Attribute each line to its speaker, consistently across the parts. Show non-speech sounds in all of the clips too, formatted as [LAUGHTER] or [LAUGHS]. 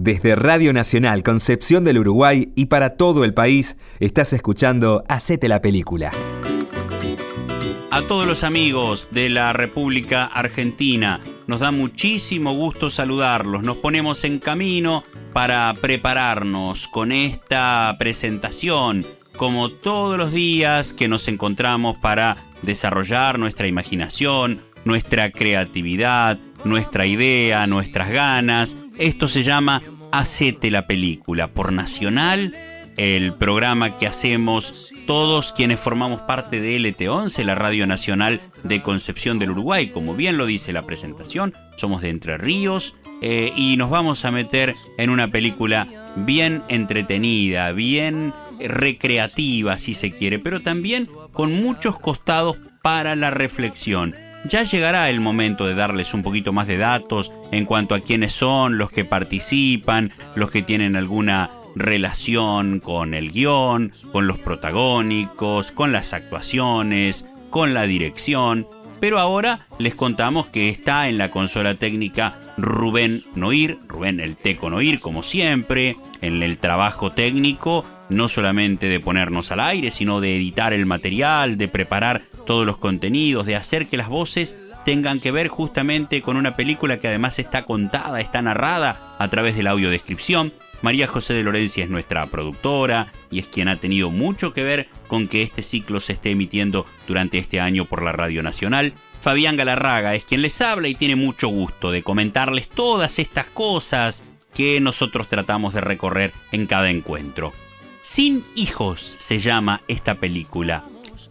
Speaker 1: Desde Radio Nacional Concepción del Uruguay y para todo el país, estás escuchando Hacete la Película.
Speaker 2: A todos los amigos de la República Argentina, nos da muchísimo gusto saludarlos. Nos ponemos en camino para prepararnos con esta presentación, como todos los días que nos encontramos para desarrollar nuestra imaginación, nuestra creatividad, nuestra idea, nuestras ganas. Esto se llama Hacete la película por Nacional, el programa que hacemos todos quienes formamos parte de LT11, la Radio Nacional de Concepción del Uruguay. Como bien lo dice la presentación, somos de Entre Ríos eh, y nos vamos a meter en una película bien entretenida, bien recreativa si se quiere, pero también con muchos costados para la reflexión. Ya llegará el momento de darles un poquito más de datos en cuanto a quiénes son, los que participan, los que tienen alguna relación con el guión, con los protagónicos, con las actuaciones, con la dirección. Pero ahora les contamos que está en la consola técnica Rubén Noir, Rubén el Teco Noir, como siempre, en el trabajo técnico no solamente de ponernos al aire, sino de editar el material, de preparar todos los contenidos, de hacer que las voces tengan que ver justamente con una película que además está contada, está narrada a través de la audiodescripción. María José de Lorencia es nuestra productora y es quien ha tenido mucho que ver con que este ciclo se esté emitiendo durante este año por la Radio Nacional. Fabián Galarraga es quien les habla y tiene mucho gusto de comentarles todas estas cosas que nosotros tratamos de recorrer en cada encuentro. Sin hijos se llama esta película.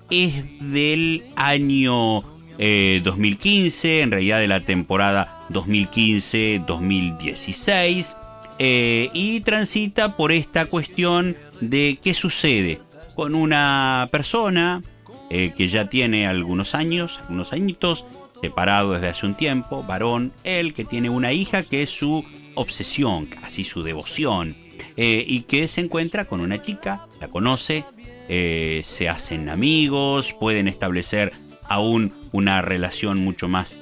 Speaker 2: Es del año eh, 2015, en realidad de la temporada 2015-2016, eh, y transita por esta cuestión de qué sucede con una persona eh, que ya tiene algunos años, algunos añitos, separado desde hace un tiempo, varón, él que tiene una hija que es su obsesión, casi su devoción. Eh, y que se encuentra con una chica, la conoce, eh, se hacen amigos, pueden establecer aún una relación mucho más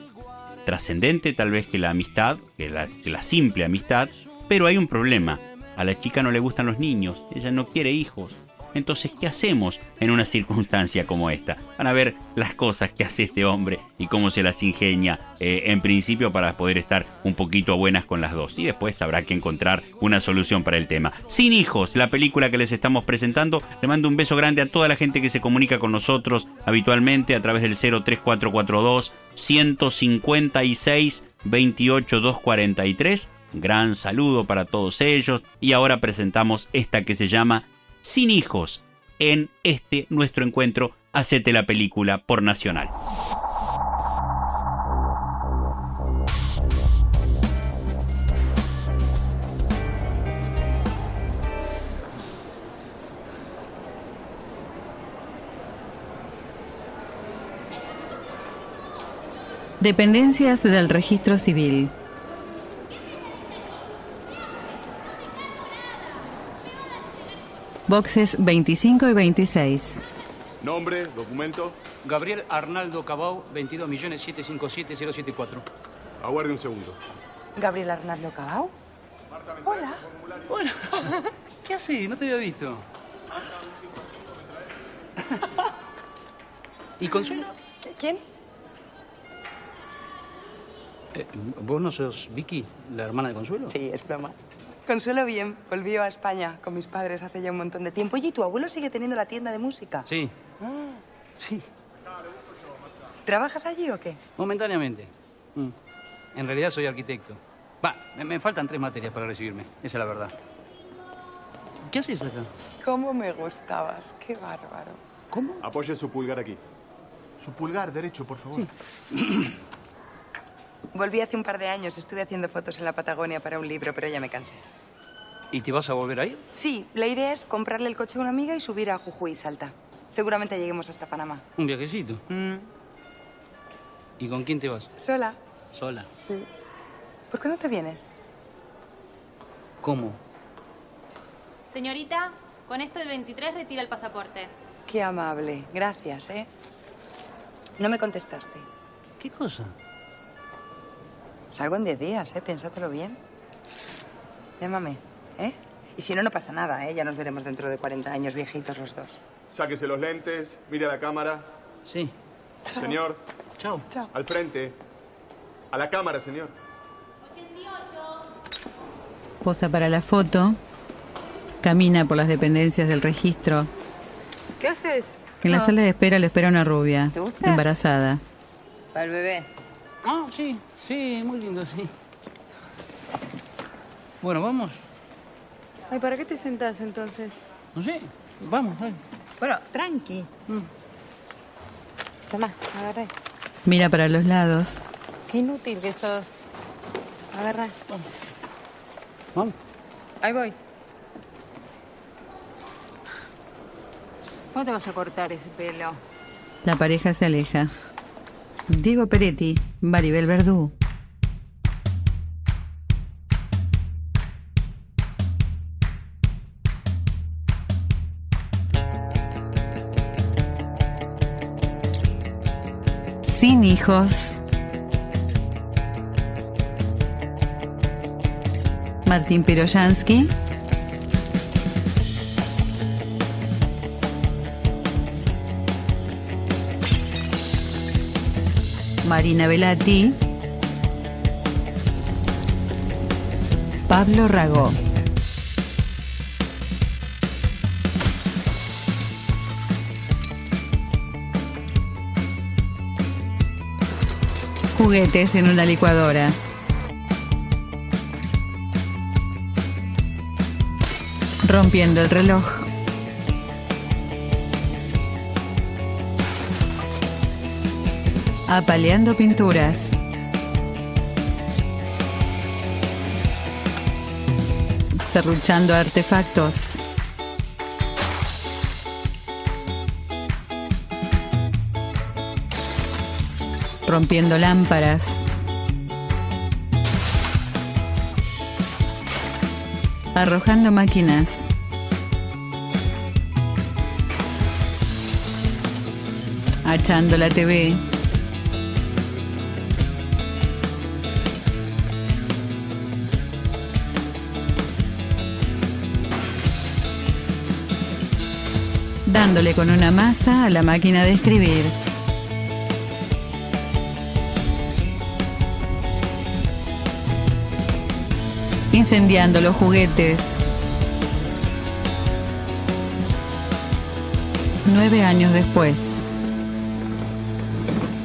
Speaker 2: trascendente tal vez que la amistad, que la, que la simple amistad, pero hay un problema, a la chica no le gustan los niños, ella no quiere hijos. Entonces, ¿qué hacemos en una circunstancia como esta? Van a ver las cosas que hace este hombre y cómo se las ingenia eh, en principio para poder estar un poquito a buenas con las dos. Y después habrá que encontrar una solución para el tema. Sin hijos, la película que les estamos presentando. Le mando un beso grande a toda la gente que se comunica con nosotros habitualmente a través del 03442 156 28243. Gran saludo para todos ellos. Y ahora presentamos esta que se llama Sin hijos en este nuestro encuentro Hacete la película por Nacional.
Speaker 3: Dependencias del Registro Civil. Boxes 25 y 26.
Speaker 4: Nombre, documento.
Speaker 5: Gabriel Arnaldo Cabau, 22 millones 757 074.
Speaker 4: Aguarde un segundo.
Speaker 6: Gabriel Arnaldo Cabau. Hola.
Speaker 5: Bueno, [LAUGHS] ¿qué haces? No te
Speaker 6: [LAUGHS]
Speaker 5: había visto. ¿Y Consuelo?
Speaker 6: ¿Quién?
Speaker 5: Eh, ¿Vos no sos Vicky, la hermana de Consuelo?
Speaker 6: Sí, es broma. Consuelo bien. Volvió a España con mis padres hace ya un montón de tiempo. Oye, ¿y tu abuelo sigue teniendo la tienda de música?
Speaker 5: Sí,
Speaker 6: Ah,
Speaker 5: sí,
Speaker 6: ¿Trabajas allí o qué?
Speaker 5: momentáneamente. Mm. En realidad soy arquitecto. Va, me, me faltan tres materias para recibirme, esa es la verdad. ¿Qué haces acá?
Speaker 6: ¿Cómo me gustabas? Qué bárbaro.
Speaker 5: ¿Cómo?
Speaker 4: Apoye su pulgar aquí. Su pulgar derecho, por favor.
Speaker 6: [CLEARS THROAT] Volví hace un par de años. Estuve haciendo fotos en la Patagonia para un libro, pero ya me cansé.
Speaker 5: ¿Y te vas a volver a ir?
Speaker 6: Sí, la idea es comprarle el coche a una amiga y subir a Jujuy y Salta. Seguramente lleguemos hasta Panamá.
Speaker 5: Un viajecito.
Speaker 6: Mm,
Speaker 5: ¿Y con quién te vas?
Speaker 6: ¿Sola?
Speaker 5: Sola.
Speaker 6: Sí. ¿Por qué no te vienes?
Speaker 5: ¿Cómo?
Speaker 7: Señorita, con esto el 23 retira el pasaporte.
Speaker 6: Qué amable. Gracias, ¿eh? No me contestaste.
Speaker 5: ¿Qué cosa?
Speaker 6: Salgo en 10 días, ¿eh? Piénsatelo bien. Llámame, ¿eh? Y si no, no pasa nada, ¿eh? Ya nos veremos dentro de 40 años viejitos los dos.
Speaker 8: Sáquese los lentes, mire a la cámara.
Speaker 5: Sí.
Speaker 8: Señor,
Speaker 5: Chao.
Speaker 8: al frente. A la cámara, señor.
Speaker 3: Posa para la foto. Camina por las dependencias del registro.
Speaker 6: ¿Qué haces?
Speaker 3: En la sala de espera lo espera una rubia.
Speaker 6: ¿Te gusta?
Speaker 3: Embarazada.
Speaker 6: Para el bebé.
Speaker 5: Ah, sí, sí, muy lindo, sí. Bueno, vamos.
Speaker 9: Ay, ¿para qué te sentás entonces?
Speaker 5: No sé, vamos. dale.
Speaker 9: Bueno, tranqui. Mm. Tomá, agarré.
Speaker 3: Mira para los lados.
Speaker 9: Qué inútil que sos. Agarra.
Speaker 5: Vamos.
Speaker 9: Ahí voy. ¿Cómo te vas a cortar ese pelo?
Speaker 3: La pareja se aleja. Diego Peretti, Maribel Verdú. Sin hijos. Martín Piroyansky. Marina Velati, Pablo Ragó. Juguetes en una licuadora. Rompiendo el reloj. Apaleando pinturas. Serruchando artefactos. Rompiendo lámparas. Arrojando máquinas. Achando la TV. dándole con una masa a la máquina de escribir. Incendiando los juguetes. Nueve años después.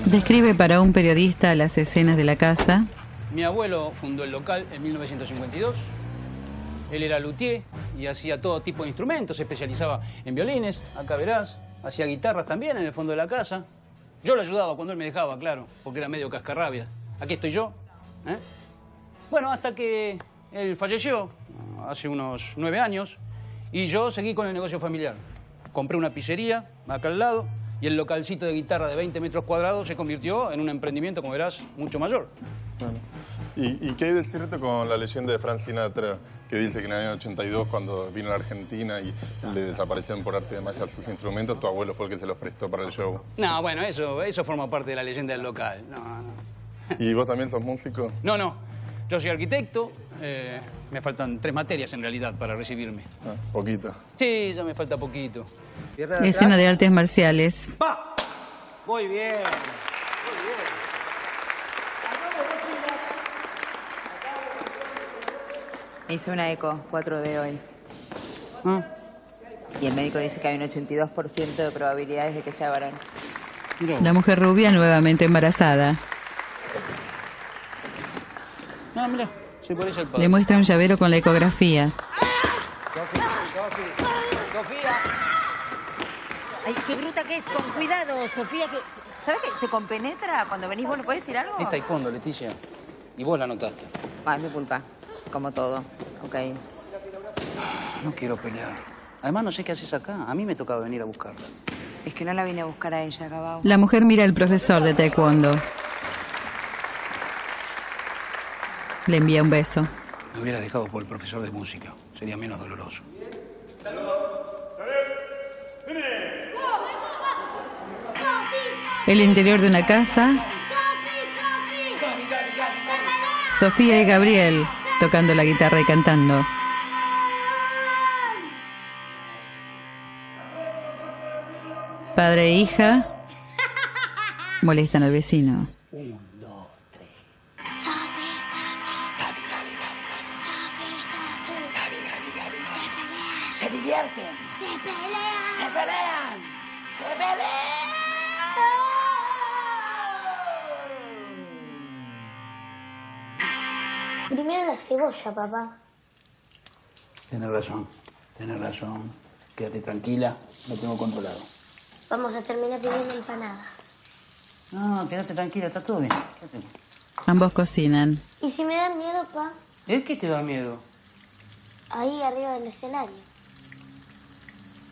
Speaker 3: Describe para un periodista las escenas de la casa.
Speaker 5: Mi abuelo fundó el local en 1952. Él era luthier y hacía todo tipo de instrumentos. Se especializaba en violines, acá verás. Hacía guitarras también en el fondo de la casa. Yo lo ayudaba cuando él me dejaba, claro, porque era medio cascarrabia. Aquí estoy yo. ¿eh? Bueno, hasta que él falleció hace unos nueve años y yo seguí con el negocio familiar. Compré una pizzería acá al lado y el localcito de guitarra de 20 metros cuadrados se convirtió en un emprendimiento, como verás, mucho mayor.
Speaker 8: Bueno. ¿Y, y qué hay de cierto con la leyenda de Frank Sinatra, que dice que en el año 82, cuando vino a la Argentina y le desaparecieron por arte de magia sus instrumentos, tu abuelo fue el que se los prestó para el show?
Speaker 5: No, bueno, eso, eso forma parte de la leyenda del local. No, no.
Speaker 8: ¿Y vos también sos músico?
Speaker 5: No, no. Yo soy arquitecto. eh, me faltan tres materias en realidad para recibirme.
Speaker 8: Ah, poquito.
Speaker 5: Sí, ya me falta poquito.
Speaker 3: Escena de artes marciales.
Speaker 10: Muy bien.
Speaker 6: Me hice una eco 4D hoy.
Speaker 3: Mm.
Speaker 6: Y el médico dice que hay un 82% de probabilidades de que sea varón.
Speaker 3: La mujer rubia nuevamente embarazada.
Speaker 5: No, mira, se parece al
Speaker 3: Le
Speaker 5: padre.
Speaker 3: muestra un llavero con la ecografía.
Speaker 9: Ay, qué bruta que es. Con cuidado, Sofía. Que...
Speaker 6: ¿Sabes qué? Se compenetra cuando venís. ¿Vos le podés decir algo?
Speaker 5: Es taekwondo, Leticia. Y vos la notaste.
Speaker 6: Ah, es mi culpa. Como todo. Ok.
Speaker 5: No quiero pelear. Además, no sé qué haces acá. A mí me tocaba venir a buscarla.
Speaker 6: Es que no la vine a buscar a ella, Gabao.
Speaker 3: La mujer mira al profesor de taekwondo. Le envía un beso.
Speaker 5: Me hubieras dejado por el profesor de música. Sería menos doloroso.
Speaker 3: El interior de una casa. Sofía y Gabriel tocando la guitarra y cantando. Padre e hija molestan al vecino.
Speaker 11: Se divierten. Se pelean. Se pelean. Se
Speaker 12: Primero la cebolla, papá.
Speaker 5: Tienes razón, tienes razón. Quédate tranquila, lo tengo controlado.
Speaker 12: Vamos a terminar pidiendo empanadas.
Speaker 10: No, quédate tranquila, está todo bien. Quédate.
Speaker 3: Ambos cocinan.
Speaker 12: ¿Y si me dan miedo, papá?
Speaker 5: ¿De qué te da miedo?
Speaker 12: Ahí arriba del escenario.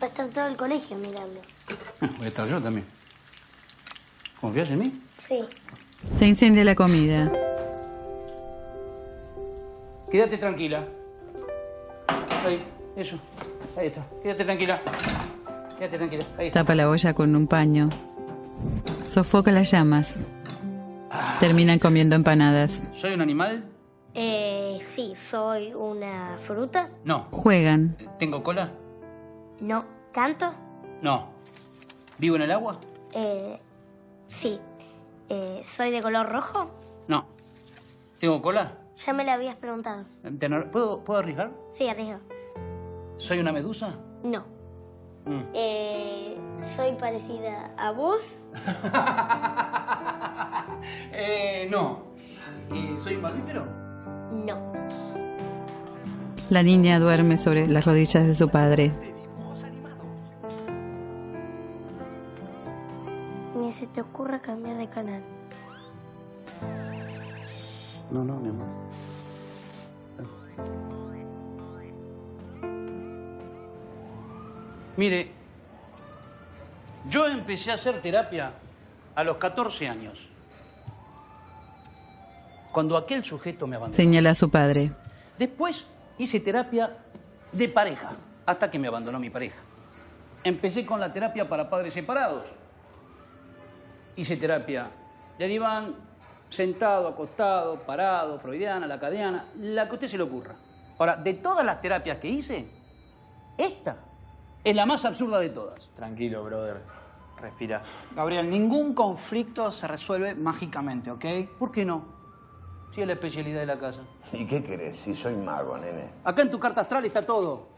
Speaker 12: Va a estar todo el colegio mirando.
Speaker 5: Voy a estar yo también. ¿Confías en mí?
Speaker 12: Sí.
Speaker 3: Se incendia la comida.
Speaker 5: Quédate tranquila. Ahí, eso. Ahí está. Quédate tranquila. Quédate tranquila. Ahí está.
Speaker 3: Tapa la olla con un paño. Sofoca las llamas. Terminan comiendo empanadas.
Speaker 5: ¿Soy un animal?
Speaker 12: Eh, sí, soy una fruta.
Speaker 5: No.
Speaker 3: Juegan.
Speaker 5: ¿Tengo cola?
Speaker 12: No. ¿Canto?
Speaker 5: No. ¿Vivo en el agua?
Speaker 12: Eh, sí. Eh, ¿Soy de color rojo?
Speaker 5: No. ¿Tengo cola?
Speaker 12: Ya me lo habías preguntado.
Speaker 5: ¿Tenor- ¿Puedo, ¿Puedo arriesgar?
Speaker 12: Sí, arriba.
Speaker 5: ¿Soy una medusa?
Speaker 12: No.
Speaker 5: Mm.
Speaker 12: Eh, ¿Soy parecida a vos?
Speaker 5: Eh, no. ¿Y soy un mamífero?
Speaker 12: No.
Speaker 3: La niña duerme sobre las rodillas de su padre.
Speaker 12: Ni se te ocurra cambiar de canal.
Speaker 10: No, no, mi amor.
Speaker 5: Mire, yo empecé a hacer terapia a los 14 años. Cuando aquel sujeto me abandonó.
Speaker 3: Señala a su padre.
Speaker 5: Después hice terapia de pareja, hasta que me abandonó mi pareja. Empecé con la terapia para padres separados. Hice terapia de diván, sentado, acostado, parado, freudiana, lacadiana, la que a usted se le ocurra. Ahora, de todas las terapias que hice, esta es la más absurda de todas.
Speaker 13: Tranquilo, brother. Respira.
Speaker 10: Gabriel, ningún conflicto se resuelve mágicamente, ¿ok?
Speaker 5: ¿Por qué no? Sí, es la especialidad de la casa.
Speaker 14: [LAUGHS] ¿Y qué querés si soy mago, nene?
Speaker 5: Acá en tu carta astral está todo.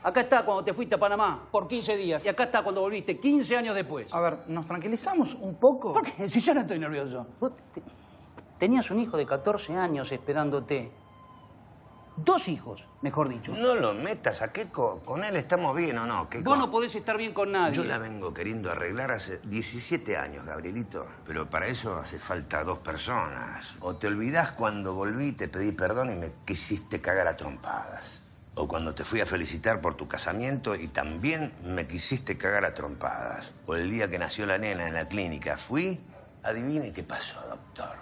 Speaker 5: Acá está cuando te fuiste a Panamá por 15 días. Y acá está cuando volviste 15 años después.
Speaker 10: A ver, ¿nos tranquilizamos un poco?
Speaker 5: ¿Por qué? Si yo no estoy nervioso. Vos te- Tenías un hijo de 14 años esperándote. Dos hijos, mejor dicho.
Speaker 14: No lo metas, ¿a qué co- con él estamos bien o no? ¿Qué
Speaker 5: Vos
Speaker 14: co-
Speaker 5: no podés estar bien con nadie.
Speaker 14: Yo la vengo queriendo arreglar hace 17 años, Gabrielito. Pero para eso hace falta dos personas. O te olvidás cuando volví, te pedí perdón y me quisiste cagar a trompadas. O cuando te fui a felicitar por tu casamiento y también me quisiste cagar a trompadas. O el día que nació la nena en la clínica, fui. Adivine qué pasó, doctor.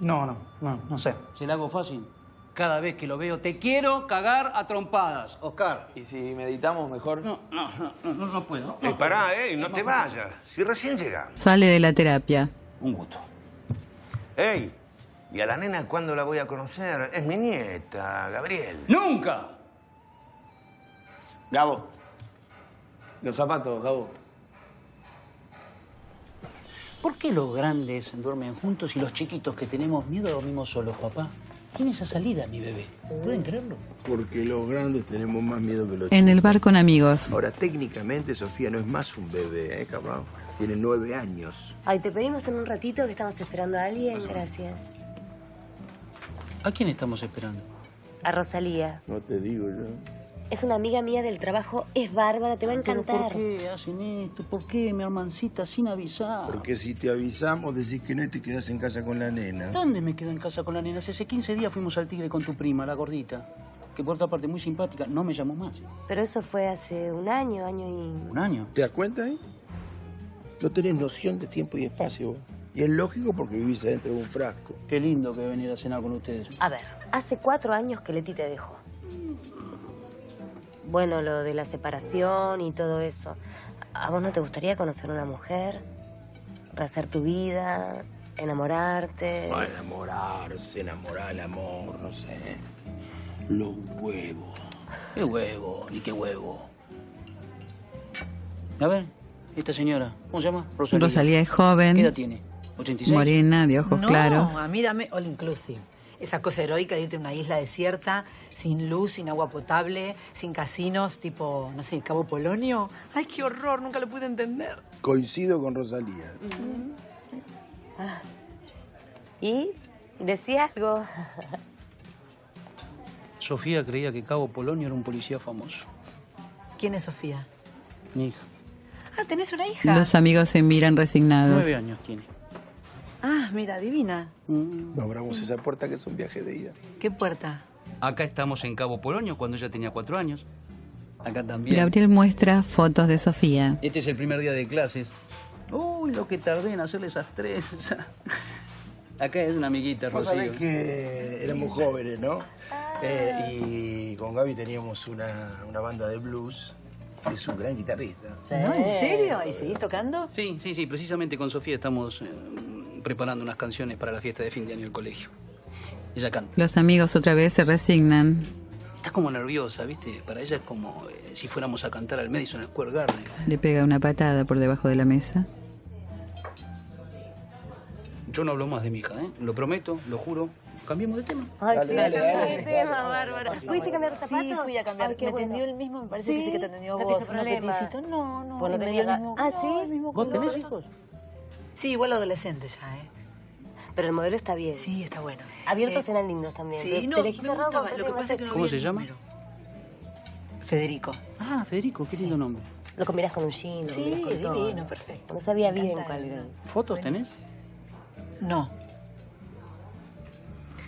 Speaker 10: No, no, no, no sé.
Speaker 5: Se la hago fácil. Cada vez que lo veo, te quiero cagar a trompadas, Oscar.
Speaker 13: ¿Y si meditamos mejor?
Speaker 5: No, no, no, no, no puedo.
Speaker 14: Eh, pará, eh, no te vayas. Si recién llegamos.
Speaker 3: Sale de la terapia.
Speaker 14: Un gusto. ¡Ey! ¿Y a la nena cuándo la voy a conocer? Es mi nieta, Gabriel.
Speaker 5: ¡Nunca!
Speaker 13: Gabo. Los zapatos, Gabo.
Speaker 5: ¿Por qué los grandes duermen juntos y los chiquitos que tenemos miedo dormimos solos, papá? Tiene esa salida, mi bebé. ¿Pueden creerlo?
Speaker 15: Porque los grandes tenemos más miedo que los
Speaker 3: En el bar con amigos.
Speaker 15: Ahora, técnicamente, Sofía no es más un bebé, ¿eh, cabrón? Tiene nueve años.
Speaker 9: Ay, te pedimos en un ratito que estamos esperando a alguien. Gracias.
Speaker 5: ¿A quién estamos esperando?
Speaker 9: A Rosalía.
Speaker 15: No te digo yo.
Speaker 9: Es una amiga mía del trabajo. Es bárbara, te va a
Speaker 5: Pero,
Speaker 9: encantar.
Speaker 5: ¿Por qué hacen esto? ¿Por qué, mi hermancita, sin avisar?
Speaker 15: Porque si te avisamos, decís que no y te quedás en casa con la nena.
Speaker 5: ¿Dónde me quedo en casa con la nena? Si Hace 15 días fuimos al Tigre con tu prima, la gordita. Que por otra parte muy simpática, no me llamó más.
Speaker 9: Pero eso fue hace un año, año y...
Speaker 5: ¿Un año?
Speaker 15: ¿Te das cuenta, eh? No tenés noción de tiempo y espacio. vos. Y es lógico porque vivís adentro de un frasco.
Speaker 5: Qué lindo que venir a cenar con ustedes.
Speaker 9: A ver, hace cuatro años que Leti te dejó. Bueno, lo de la separación y todo eso. ¿A vos no te gustaría conocer una mujer? Rehacer tu vida, enamorarte.
Speaker 15: Va a enamorarse, enamorar el amor, no sé. Los huevos.
Speaker 5: Qué huevo, ni qué huevo. A ver, Esta señora, ¿cómo se llama? Rosalía.
Speaker 3: Rosalía es joven.
Speaker 5: ¿Qué edad tiene? 86.
Speaker 3: Morena, de ojos
Speaker 16: no,
Speaker 3: claros.
Speaker 16: a mí dame all inclusive. Esa cosa heroica de irte a una isla desierta, sin luz, sin agua potable, sin casinos, tipo, no sé, Cabo Polonio. Ay, qué horror, nunca lo pude entender.
Speaker 15: Coincido con Rosalía.
Speaker 16: Ah.
Speaker 9: ¿Y? ¿Decía algo?
Speaker 5: Sofía creía que Cabo Polonio era un policía famoso.
Speaker 16: ¿Quién es Sofía?
Speaker 5: Mi hija.
Speaker 16: Ah, tenés una hija.
Speaker 3: Los amigos se miran resignados.
Speaker 5: Nueve años tiene.
Speaker 16: Ah, mira, divina.
Speaker 15: No abramos esa puerta que es un viaje de ida.
Speaker 16: ¿Qué puerta?
Speaker 5: Acá estamos en Cabo Polonio cuando ella tenía cuatro años. Acá también.
Speaker 3: Gabriel muestra fotos de Sofía.
Speaker 5: Este es el primer día de clases. Uy, lo que tardé en hacerle esas tres. [LAUGHS] Acá es una amiguita,
Speaker 15: Vos
Speaker 5: Rocío.
Speaker 15: sabés que éramos jóvenes, ¿no?
Speaker 16: Ah.
Speaker 15: Eh, y con Gaby teníamos una, una banda de blues. Es un gran guitarrista.
Speaker 16: ¿No? ¿En serio? ¿Y seguís tocando?
Speaker 5: Sí, sí, sí. Precisamente con Sofía estamos eh, preparando unas canciones para la fiesta de fin de año del colegio. Ella canta.
Speaker 3: Los amigos otra vez se resignan.
Speaker 5: Está como nerviosa, ¿viste? Para ella es como eh, si fuéramos a cantar al Madison Square Garden.
Speaker 3: Le pega una patada por debajo de la mesa.
Speaker 5: Yo no hablo más de mi hija, ¿eh? Lo prometo, lo juro. Cambiemos de tema.
Speaker 9: Ay,
Speaker 5: Dale,
Speaker 9: sí,
Speaker 5: dale,
Speaker 9: cambié
Speaker 5: dale,
Speaker 9: de
Speaker 5: dale,
Speaker 9: tema,
Speaker 5: dale,
Speaker 9: Bárbara.
Speaker 5: dale,
Speaker 9: ¿Fuiste a cambiar
Speaker 16: Sí,
Speaker 9: zapatos?
Speaker 16: fui a cambiar.
Speaker 9: Ay, qué
Speaker 16: me
Speaker 9: bueno.
Speaker 16: atendió el mismo, me parece que
Speaker 9: Sí,
Speaker 16: sí que te atendió
Speaker 9: no te
Speaker 16: vos.
Speaker 9: hizo
Speaker 16: ¿no,
Speaker 9: problema.
Speaker 16: Peticito? No, no.
Speaker 9: Vos no
Speaker 16: me
Speaker 9: tenías
Speaker 16: dio el
Speaker 9: ga-
Speaker 16: mismo
Speaker 9: Ah,
Speaker 16: color,
Speaker 9: ¿sí?
Speaker 16: el mismo
Speaker 9: ¿Vos
Speaker 16: color,
Speaker 9: tenés
Speaker 16: todo. Sí, igual adolescente ya, ¿eh?
Speaker 9: Pero el modelo está bien. Sí,
Speaker 16: está bueno.
Speaker 9: Abiertos
Speaker 16: Eh,
Speaker 9: eran lindos también.
Speaker 16: sí,
Speaker 9: Te- te
Speaker 16: no,
Speaker 9: elegí
Speaker 16: me
Speaker 9: cerrado
Speaker 16: gustaba,
Speaker 9: porque
Speaker 16: lo que
Speaker 9: te
Speaker 16: pasa es que no
Speaker 9: ibas a-
Speaker 5: ¿Cómo se llama?
Speaker 16: Federico.
Speaker 5: Ah, Federico, qué lindo nombre.
Speaker 9: Lo combinás con un jean. lo
Speaker 16: Sí,
Speaker 9: combinás con todo.
Speaker 16: divino, perfecto.
Speaker 9: No sabía
Speaker 16: Me
Speaker 9: bien
Speaker 16: encanta,
Speaker 9: cuál
Speaker 16: me
Speaker 9: era.
Speaker 5: ¿Fotos tenés?
Speaker 16: No.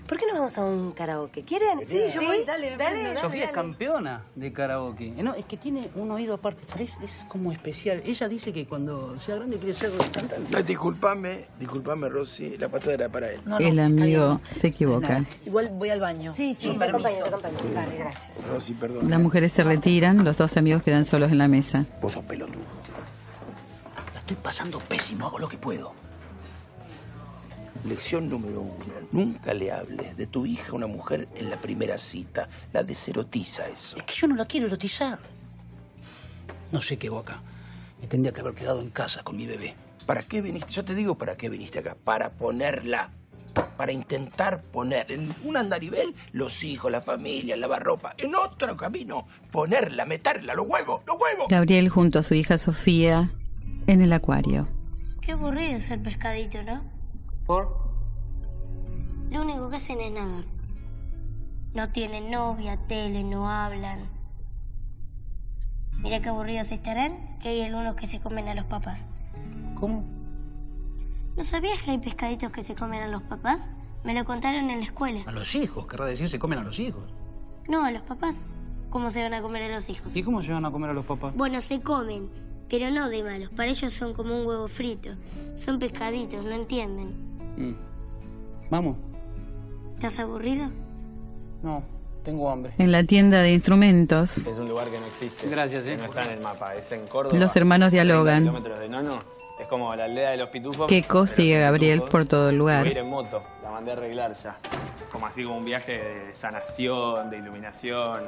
Speaker 9: ¿Por qué no vamos a un karaoke? ¿Quieren? Sí, yo voy. Dale, dale.
Speaker 5: Sofía es campeona de karaoke. Eh, No, es que tiene un oído aparte, ¿sabes? Es como especial. Ella dice que cuando sea grande quiere ser cantante.
Speaker 15: No, disculpame, disculpame, Rosy, la patada era para él.
Speaker 3: El amigo se equivoca.
Speaker 16: Igual voy al baño. Sí, sí,
Speaker 9: te acompaño, te
Speaker 16: Dale, gracias.
Speaker 15: Rosy, perdón.
Speaker 3: Las mujeres se retiran, los dos amigos quedan solos en la mesa.
Speaker 15: Vos sos pelotudo.
Speaker 5: La estoy pasando pésimo, hago lo que puedo.
Speaker 15: Lección número uno. Nunca le hables de tu hija a una mujer en la primera cita. La deserotiza eso.
Speaker 5: Que yo no la quiero erotizar. No sé qué hago acá. Me tendría que haber quedado en casa con mi bebé.
Speaker 15: ¿Para qué viniste? Yo te digo para qué viniste acá. Para ponerla. Para intentar poner en un andarivel los hijos, la familia, el lavarropa. En otro camino, ponerla, meterla, los huevos, los huevos.
Speaker 3: Gabriel junto a su hija Sofía en el acuario.
Speaker 12: Qué aburrido es el pescadito, ¿no?
Speaker 5: ¿Por?
Speaker 12: Lo único que hacen es nadar. No tienen novia, tele, no hablan. Mira qué aburridos estarán, que hay algunos que se comen a los papás.
Speaker 5: ¿Cómo?
Speaker 12: ¿No sabías que hay pescaditos que se comen a los papás? Me lo contaron en la escuela.
Speaker 5: A los hijos, querrá decir, se comen a los hijos.
Speaker 12: No, a los papás. ¿Cómo se van a comer a los hijos?
Speaker 5: ¿Y cómo se van a comer a los papás?
Speaker 12: Bueno, se comen, pero no de malos. Para ellos son como un huevo frito. Son pescaditos, no entienden.
Speaker 5: Mm. Vamos.
Speaker 12: ¿Estás aburrido?
Speaker 5: No, tengo hambre.
Speaker 3: En la tienda de instrumentos,
Speaker 13: Es un lugar que no existe. Gracias, ¿eh? Que no está en el mapa, es en Córdoba.
Speaker 3: Los hermanos dialogan.
Speaker 13: 30 kilómetros de Nono. Es como la aldea de los pitufos.
Speaker 3: Keiko
Speaker 13: pero
Speaker 3: sigue a
Speaker 13: sin
Speaker 3: Gabriel
Speaker 13: pitufos.
Speaker 3: por todo el lugar.
Speaker 13: Voy a ir en moto, la mandé a arreglar ya. Como así como un viaje de sanación, de iluminación.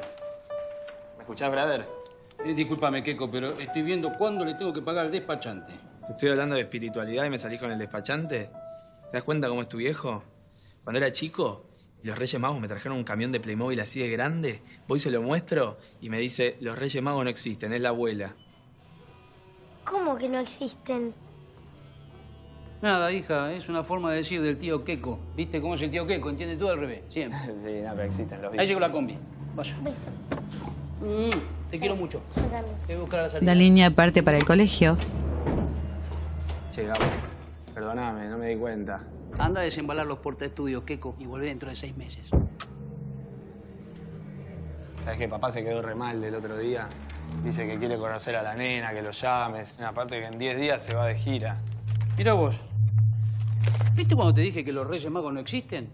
Speaker 13: ¿Me escuchás, brother?
Speaker 5: Eh, discúlpame, Keiko, pero estoy viendo cuándo le tengo que pagar al despachante.
Speaker 13: Te estoy hablando de espiritualidad y me salís con el despachante. ¿Te das cuenta cómo es tu viejo? Cuando era chico, los Reyes Magos me trajeron un camión de Playmobil así de grande. Voy, se lo muestro y me dice, los Reyes Magos no existen, es la abuela.
Speaker 12: ¿Cómo que no existen?
Speaker 5: Nada, hija, es una forma de decir del tío Keiko. ¿Viste cómo es el tío Keiko? Entiende todo al revés, siempre.
Speaker 13: [LAUGHS] sí, no, pero existen los
Speaker 5: Ahí llegó la combi. Vaya. Mm, te quiero mucho. Te voy a buscar a la
Speaker 3: la
Speaker 5: salida.
Speaker 3: línea parte para el colegio.
Speaker 13: Che, Gabo, perdóname, no me di cuenta.
Speaker 5: Anda a desembalar los portaestudios, Keiko, y volvé dentro de seis meses.
Speaker 13: Sabes que papá se quedó re mal del otro día. Dice que quiere conocer a la nena, que lo llames. Aparte que en 10 días se va de gira.
Speaker 5: Mira vos. ¿Viste cuando te dije que los Reyes Magos no existen?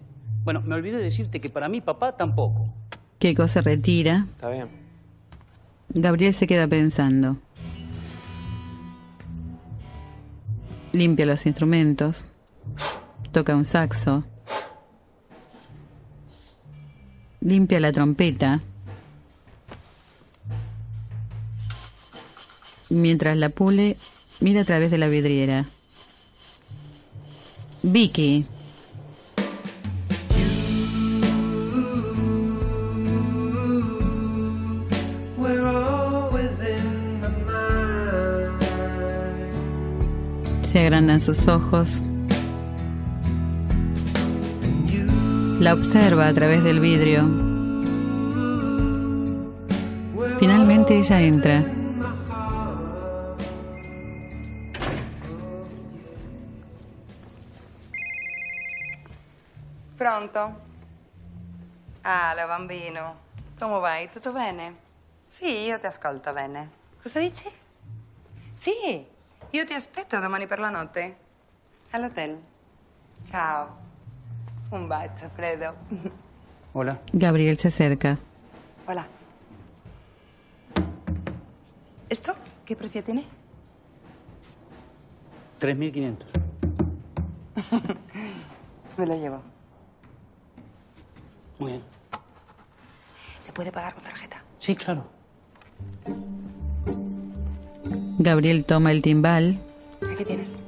Speaker 5: Bueno, me olvidé decirte que para mí papá tampoco.
Speaker 3: Keiko se retira.
Speaker 13: Está bien.
Speaker 3: Gabriel se queda pensando. Limpia los instrumentos. Toca un saxo. Limpia la trompeta. Mientras la pule, Mira a través de la vidriera. Vicky.
Speaker 11: We're always in the mind.
Speaker 3: Se agrandan sus ojos. La observa a través del vidrio. Finalmente ella entra.
Speaker 17: Pronto? Allo, bambino. Come vai? Tutto bene? Sì, io ti ascolto bene. Cosa dici? Sì, io ti aspetto domani per la notte. All'hotel. Ciao. Un bacio, Fredo.
Speaker 5: Hola.
Speaker 3: Gabriel se acerca.
Speaker 17: Hola. ¿Esto qué precio tiene? [LAUGHS]
Speaker 5: 3.500.
Speaker 17: Me lo llevo.
Speaker 5: Muy bien.
Speaker 17: ¿Se puede pagar con tarjeta?
Speaker 5: Sí, claro.
Speaker 3: Gabriel toma el timbal.
Speaker 17: Aquí tienes.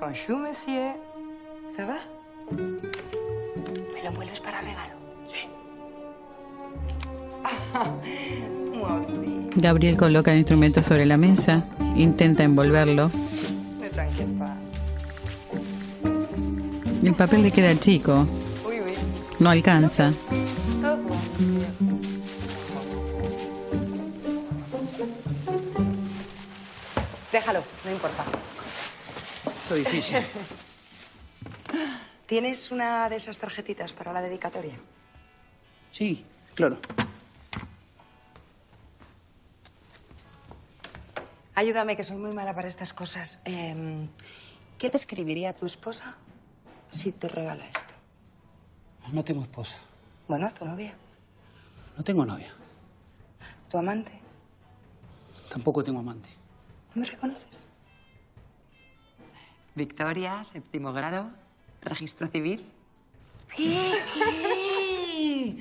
Speaker 17: Bonjour, monsieur. ¿Se va?
Speaker 11: Me lo vuelves para regalo.
Speaker 17: [LAUGHS]
Speaker 3: Gabriel coloca el instrumento sobre la mesa. Intenta envolverlo.
Speaker 17: Ne t'inquiète pas.
Speaker 3: El papel le queda chico.
Speaker 17: Uy, uy.
Speaker 3: No alcanza.
Speaker 17: Déjalo, no importa.
Speaker 5: Esto es
Speaker 17: [LAUGHS]
Speaker 5: difícil.
Speaker 17: ¿Tienes una de esas tarjetitas para la dedicatoria?
Speaker 5: Sí, claro.
Speaker 17: Ayúdame, que soy muy mala para estas cosas. Em, ¿Qué te escribiría tu esposa si te regala esto?
Speaker 5: No tengo esposa.
Speaker 17: Bueno, a tu novia,
Speaker 5: No tengo novia.
Speaker 17: a tu amante.
Speaker 5: Tampoco tengo amante.
Speaker 17: ¿No me reconoces? Victoria, séptimo grado, registro civil.
Speaker 11: Vicky.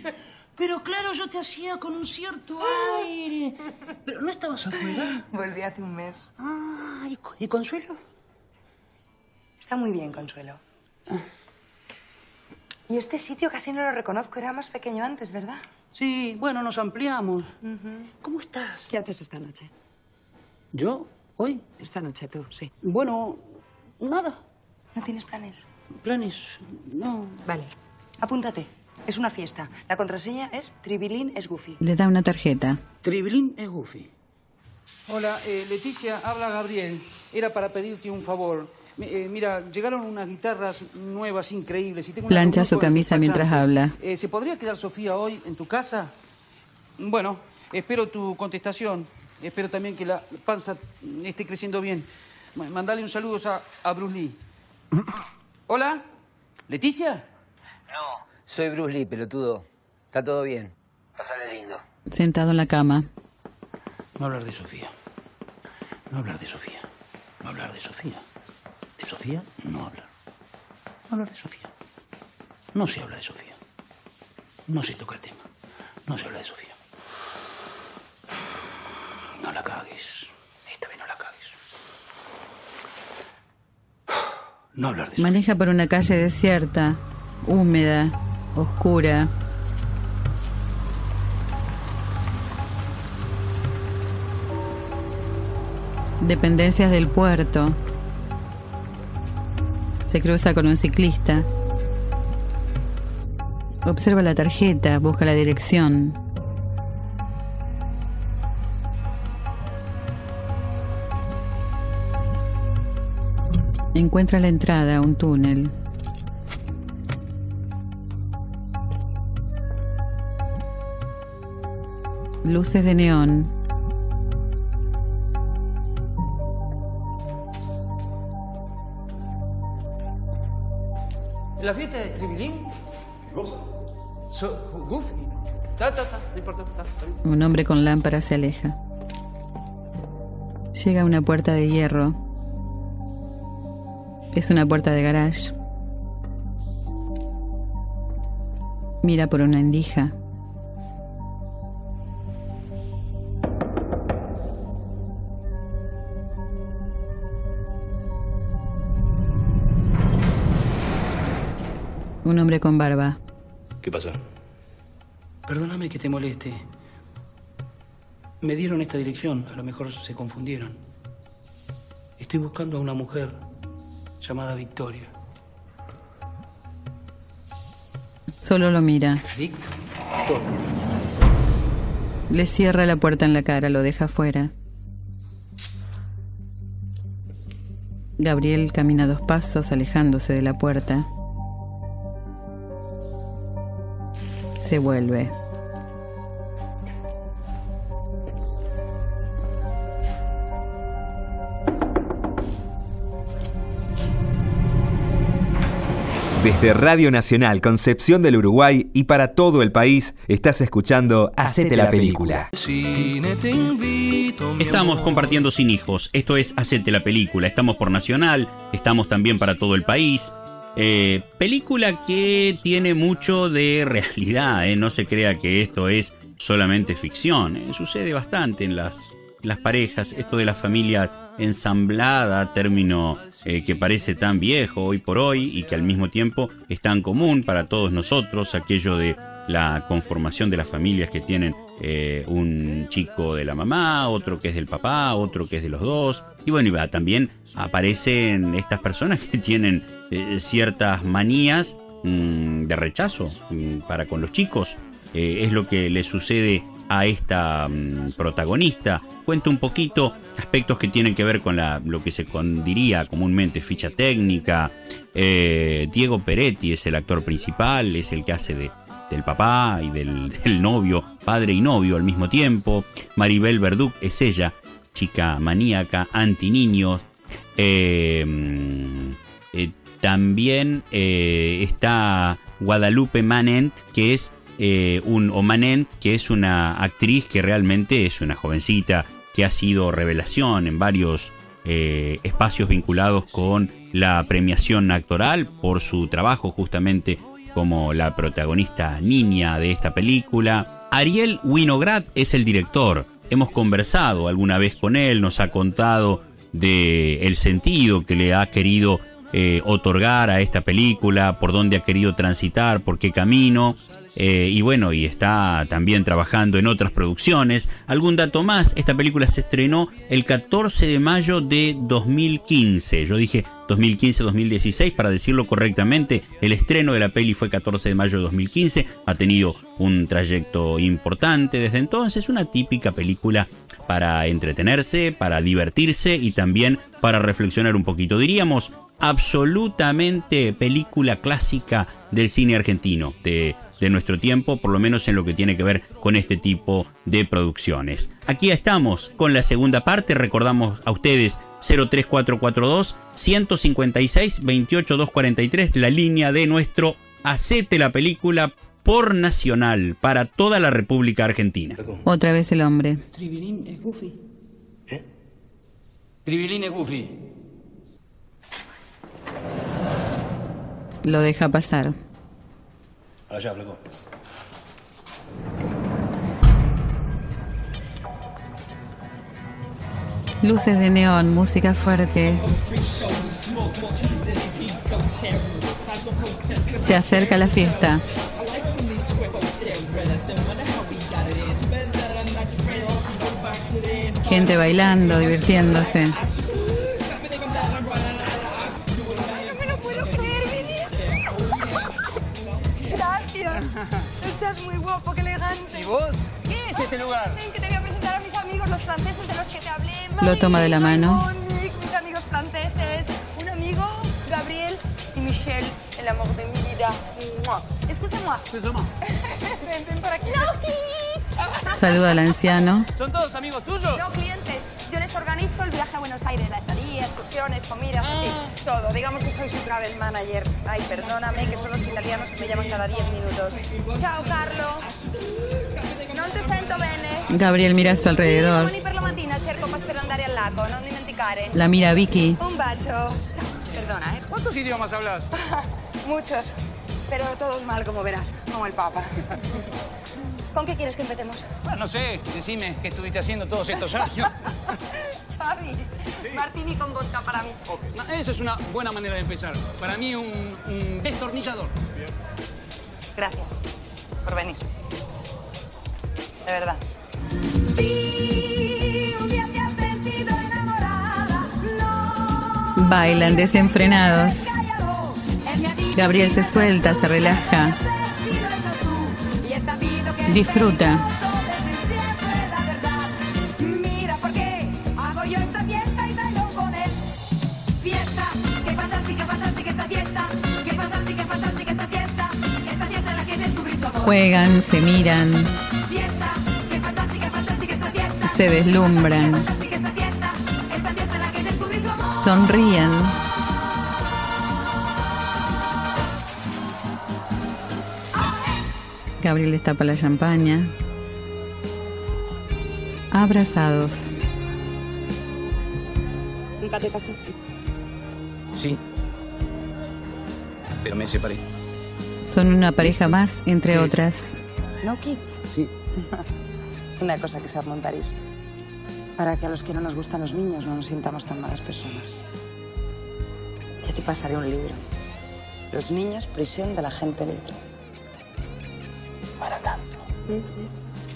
Speaker 11: Pero claro, yo te hacía con un cierto aire. Pero no estabas afuera.
Speaker 17: [LAUGHS] Volví hace un mes.
Speaker 11: Ah, ¿y, Co- y Consuelo?
Speaker 17: Está muy bien, Consuelo. Y este sitio casi no lo reconozco, era más pequeño antes, ¿verdad?
Speaker 5: Sí, bueno, nos ampliamos.
Speaker 17: ¿Cómo estás? ¿Qué haces esta noche?
Speaker 5: ¿Yo? ¿Hoy?
Speaker 17: Esta noche tú, sí.
Speaker 5: Bueno, nada.
Speaker 17: ¿No tienes planes?
Speaker 5: Planes, no.
Speaker 17: Vale, apúntate. Es una fiesta. La contraseña es Tribilín es Goofy.
Speaker 3: Le da una tarjeta.
Speaker 5: Tribilín es Goofy. Hola, eh, Leticia, habla Gabriel. Era para pedirte un favor. Mi- eh, mira, llegaron unas guitarras nuevas increíbles y tengo una
Speaker 3: Plancha
Speaker 5: reunión
Speaker 3: su
Speaker 5: con el
Speaker 3: camisa mientras
Speaker 5: despachante.
Speaker 3: habla.
Speaker 5: Eh, ¿Se podría quedar Sofía hoy en tu casa? Bueno, espero tu contestación. Espero también que la panza esté creciendo bien. Ma- Mandale un saludo a, a Bruce Lee. Hola, Leticia.
Speaker 18: Soy Bruce Lee, pelotudo. Está todo bien. Pasale lindo.
Speaker 3: Sentado en la cama.
Speaker 5: No hablar de Sofía. No hablar de Sofía. No hablar de Sofía. De Sofía no hablar. No hablar de Sofía. No se habla de Sofía. No se toca el tema. No se habla de Sofía. No la cagues. Esta vez no la cagues. No hablar de
Speaker 3: Maneja por una calle desierta, húmeda, oscura. Dependencias del puerto. Se cruza con un ciclista. Observa la tarjeta, busca la dirección. Encuentra la entrada a un túnel. Luces de neón.
Speaker 5: ¿La fiesta de Tribilín? Goza. Goofy. Ta, ta, ta. No importa. ta, está bien.
Speaker 3: Un hombre con lámpara se aleja. Llega a una puerta de hierro. Es una puerta de garage. Mira por una endija. Un hombre con barba.
Speaker 13: ¿Qué pasa?
Speaker 5: Perdóname que te moleste. Me dieron esta dirección, a lo mejor se confundieron. Estoy buscando a una mujer llamada Victoria.
Speaker 3: Solo lo mira.
Speaker 5: Victoria.
Speaker 3: Le cierra la puerta en la cara, lo deja fuera. Gabriel camina dos pasos alejándose de la puerta. Se vuelve.
Speaker 1: Desde Radio Nacional Concepción del Uruguay y para todo el país, estás escuchando Hacete la película.
Speaker 2: Cine te invito, Estamos compartiendo sin hijos. Esto es Hacete la película. Estamos por Nacional, estamos también para todo el país. Eh, película que tiene mucho de realidad. eh. No se crea que esto es solamente ficción. eh. Sucede bastante en las, las parejas. Esto de la familia ensamblada, término eh, que parece tan viejo hoy por hoy y que al mismo tiempo es tan común para todos nosotros, aquello de la conformación de las familias que tienen eh, un chico de la mamá, otro que es del papá, otro que es de los dos. Y bueno, y va, también aparecen estas personas que [LAUGHS] tienen eh, ciertas manías mm, de rechazo mm, para con los chicos. Eh, es lo que le sucede a esta mm, protagonista. Cuenta un poquito aspectos que tienen que ver con la- lo que se con- diría comúnmente ficha técnica. Eh, Diego Peretti es el actor principal, es el que hace de, del papá y del, del novio, padre y novio al mismo tiempo. Maribel Verduc es ella, chica maníaca, eh, anti niños. también eh, está Guadalupe Manent, que es eh, un o Manent, que es una actriz que realmente es una jovencita que ha sido revelación en varios eh, espacios vinculados con la premiación actoral por su trabajo justamente como la protagonista niña de esta película. Ariel Winograd es el director. Hemos conversado alguna vez con él, nos ha contado de el sentido que le ha querido eh, otorgar a esta película, por dónde ha querido transitar, por qué camino. Eh, y bueno, y está también trabajando en otras producciones. Algún dato más, esta película se estrenó el 14 de mayo de 2015. Yo dije 2015-2016 para decirlo correctamente. El estreno de la peli fue 14 de mayo de 2015. Ha tenido un trayecto importante desde entonces. Una típica película para entretenerse, para divertirse y también para reflexionar un poquito. Diríamos, absolutamente película clásica del cine argentino, de, de nuestro tiempo, por lo menos en lo que tiene que ver con este tipo de producciones. Aquí estamos con la segunda parte, recordamos a ustedes 03442 156 28243, la línea de nuestro Hacete la película por nacional para toda la República Argentina.
Speaker 3: Otra vez el hombre.
Speaker 5: Tribilín es Goofy. ¿Eh? Tribilín es Goofy.
Speaker 3: Lo deja pasar.
Speaker 5: Allá, Ah, flaco.
Speaker 3: Luces de neón, música fuerte. Se acerca la fiesta. Gente bailando, divirtiéndose.
Speaker 17: Gracias. Estás muy guapo, qué elegante.
Speaker 5: ¿Y vos? ¿Qué es este lugar?
Speaker 17: Ven que te voy a presentar a mis amigos, los franceses de los que te hablé.
Speaker 3: Lo toma de la mano.
Speaker 17: Monique, mis amigos franceses. Un amigo, Gabriel y Michelle, el amor de mi vida. Mua. Escúchame. [LAUGHS] ven, ven por aquí. ¡No, kids!
Speaker 3: Saluda al anciano.
Speaker 5: ¿Son todos amigos tuyos?
Speaker 17: No, clientes. Yo les organizo el viaje a Buenos Aires, la estadía, excursiones, comidas, en fin,
Speaker 5: Ah.
Speaker 17: todo. Digamos que soy su travel manager. Ay, perdóname, que son los italianos que me llaman cada 10 minutos. Chao, Carlo. Non te sento bene.
Speaker 3: Gabriel mira a su alrededor.
Speaker 17: Domani per la mattina cerco un per andare al lago, non dimenticare.
Speaker 3: La mira Vicky.
Speaker 17: Un bacio. Chao. Perdona, ¿eh?
Speaker 5: ¿Cuántos idiomas hablas?
Speaker 17: [LAUGHS] Muchos, pero todos mal, como verás, como el
Speaker 5: [LAUGHS]
Speaker 17: Papa. ¿Con qué quieres que empecemos?
Speaker 5: [LAUGHS]
Speaker 17: [LAUGHS]
Speaker 5: Ah, no sé, decime qué estuviste haciendo todos estos años.
Speaker 6: Fabi. Martini con vodka para mí.
Speaker 5: No, Esa es una buena manera de empezar. Para mí, un, un destornillador.
Speaker 6: Gracias por venir. De verdad.
Speaker 3: Bailan desenfrenados. Gabriel se suelta, se relaja, disfruta.
Speaker 19: Mira por qué hago yo esta fiesta y bailo con él. Fiesta, qué fantástica, fantástica esta fiesta. Qué fantástica, fantástica esta fiesta. Esta fiesta en la que descubrí su amor.
Speaker 3: Juegan, se miran,
Speaker 19: Fiesta, qué fantástica, fantástica esta fiesta.
Speaker 3: se deslumbran,
Speaker 19: Fantástica esta fiesta. Esta fiesta en la que descubrí su amor.
Speaker 3: sonríen. Gabriel les tapa la champaña. Abrazados.
Speaker 17: Nunca te casaste.
Speaker 5: Sí. Pero me separé.
Speaker 3: Son una pareja más, entre otras.
Speaker 17: ¿No, kids?
Speaker 5: Sí.
Speaker 17: [LAUGHS] Una cosa que se armó en París. Para que a los que no nos gustan los niños no nos sintamos tan malas personas. Ya te pasaré un libro. Los niños, prisión de la gente libre. Para tanto.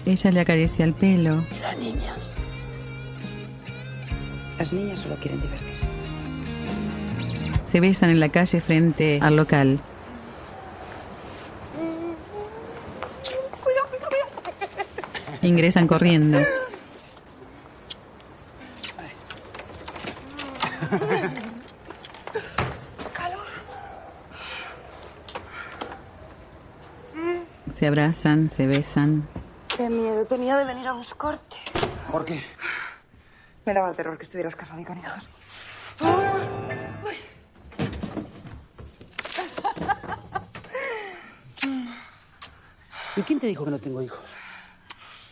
Speaker 3: Ella le acaricia el pelo.
Speaker 17: Y las niñas. Las niñas solo quieren divertirse.
Speaker 3: Se besan en la calle frente al local. Ingresan corriendo. Se abrazan, se besan.
Speaker 17: Qué miedo tenía de venir a buscarte.
Speaker 5: ¿Por qué?
Speaker 17: Me daba terror que estuvieras casado y con hijos.
Speaker 5: ¿Y quién te dijo que no tengo hijos?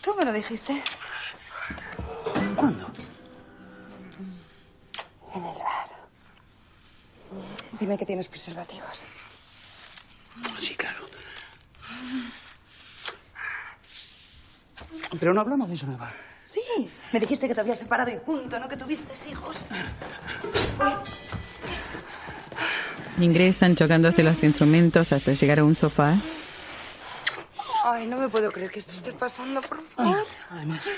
Speaker 6: ¿Tú me lo dijiste?
Speaker 5: ¿Cuándo?
Speaker 17: En el bar. Dime que tienes preservativos.
Speaker 5: Sí, claro. Pero no hablamos de eso en el bar.
Speaker 17: Sí, me dijiste que te habías separado y punto, no que tuviste hijos.
Speaker 3: Ingresan chocándose los instrumentos hasta llegar a un sofá.
Speaker 17: Ay, no me puedo creer que esto esté pasando, por favor.
Speaker 5: Además,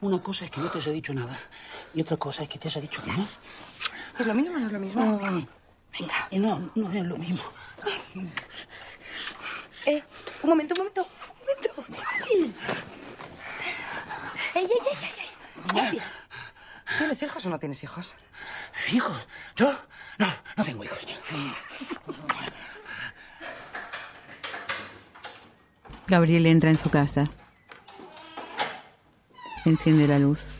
Speaker 5: una cosa es que no te haya dicho nada y otra cosa es que te haya dicho que no.
Speaker 17: ¿Es lo mismo o no es lo mismo?
Speaker 5: No, no, no. Venga. No, no es lo mismo.
Speaker 17: Eh, un momento, un momento, un momento. Ay. Ey, ey, ey, ey, ey. Ey. ¿Tienes hijos o no tienes hijos?
Speaker 5: ¿Hijos? ¿Yo? No, no tengo hijos.
Speaker 3: Gabriel entra en su casa. Enciende la luz.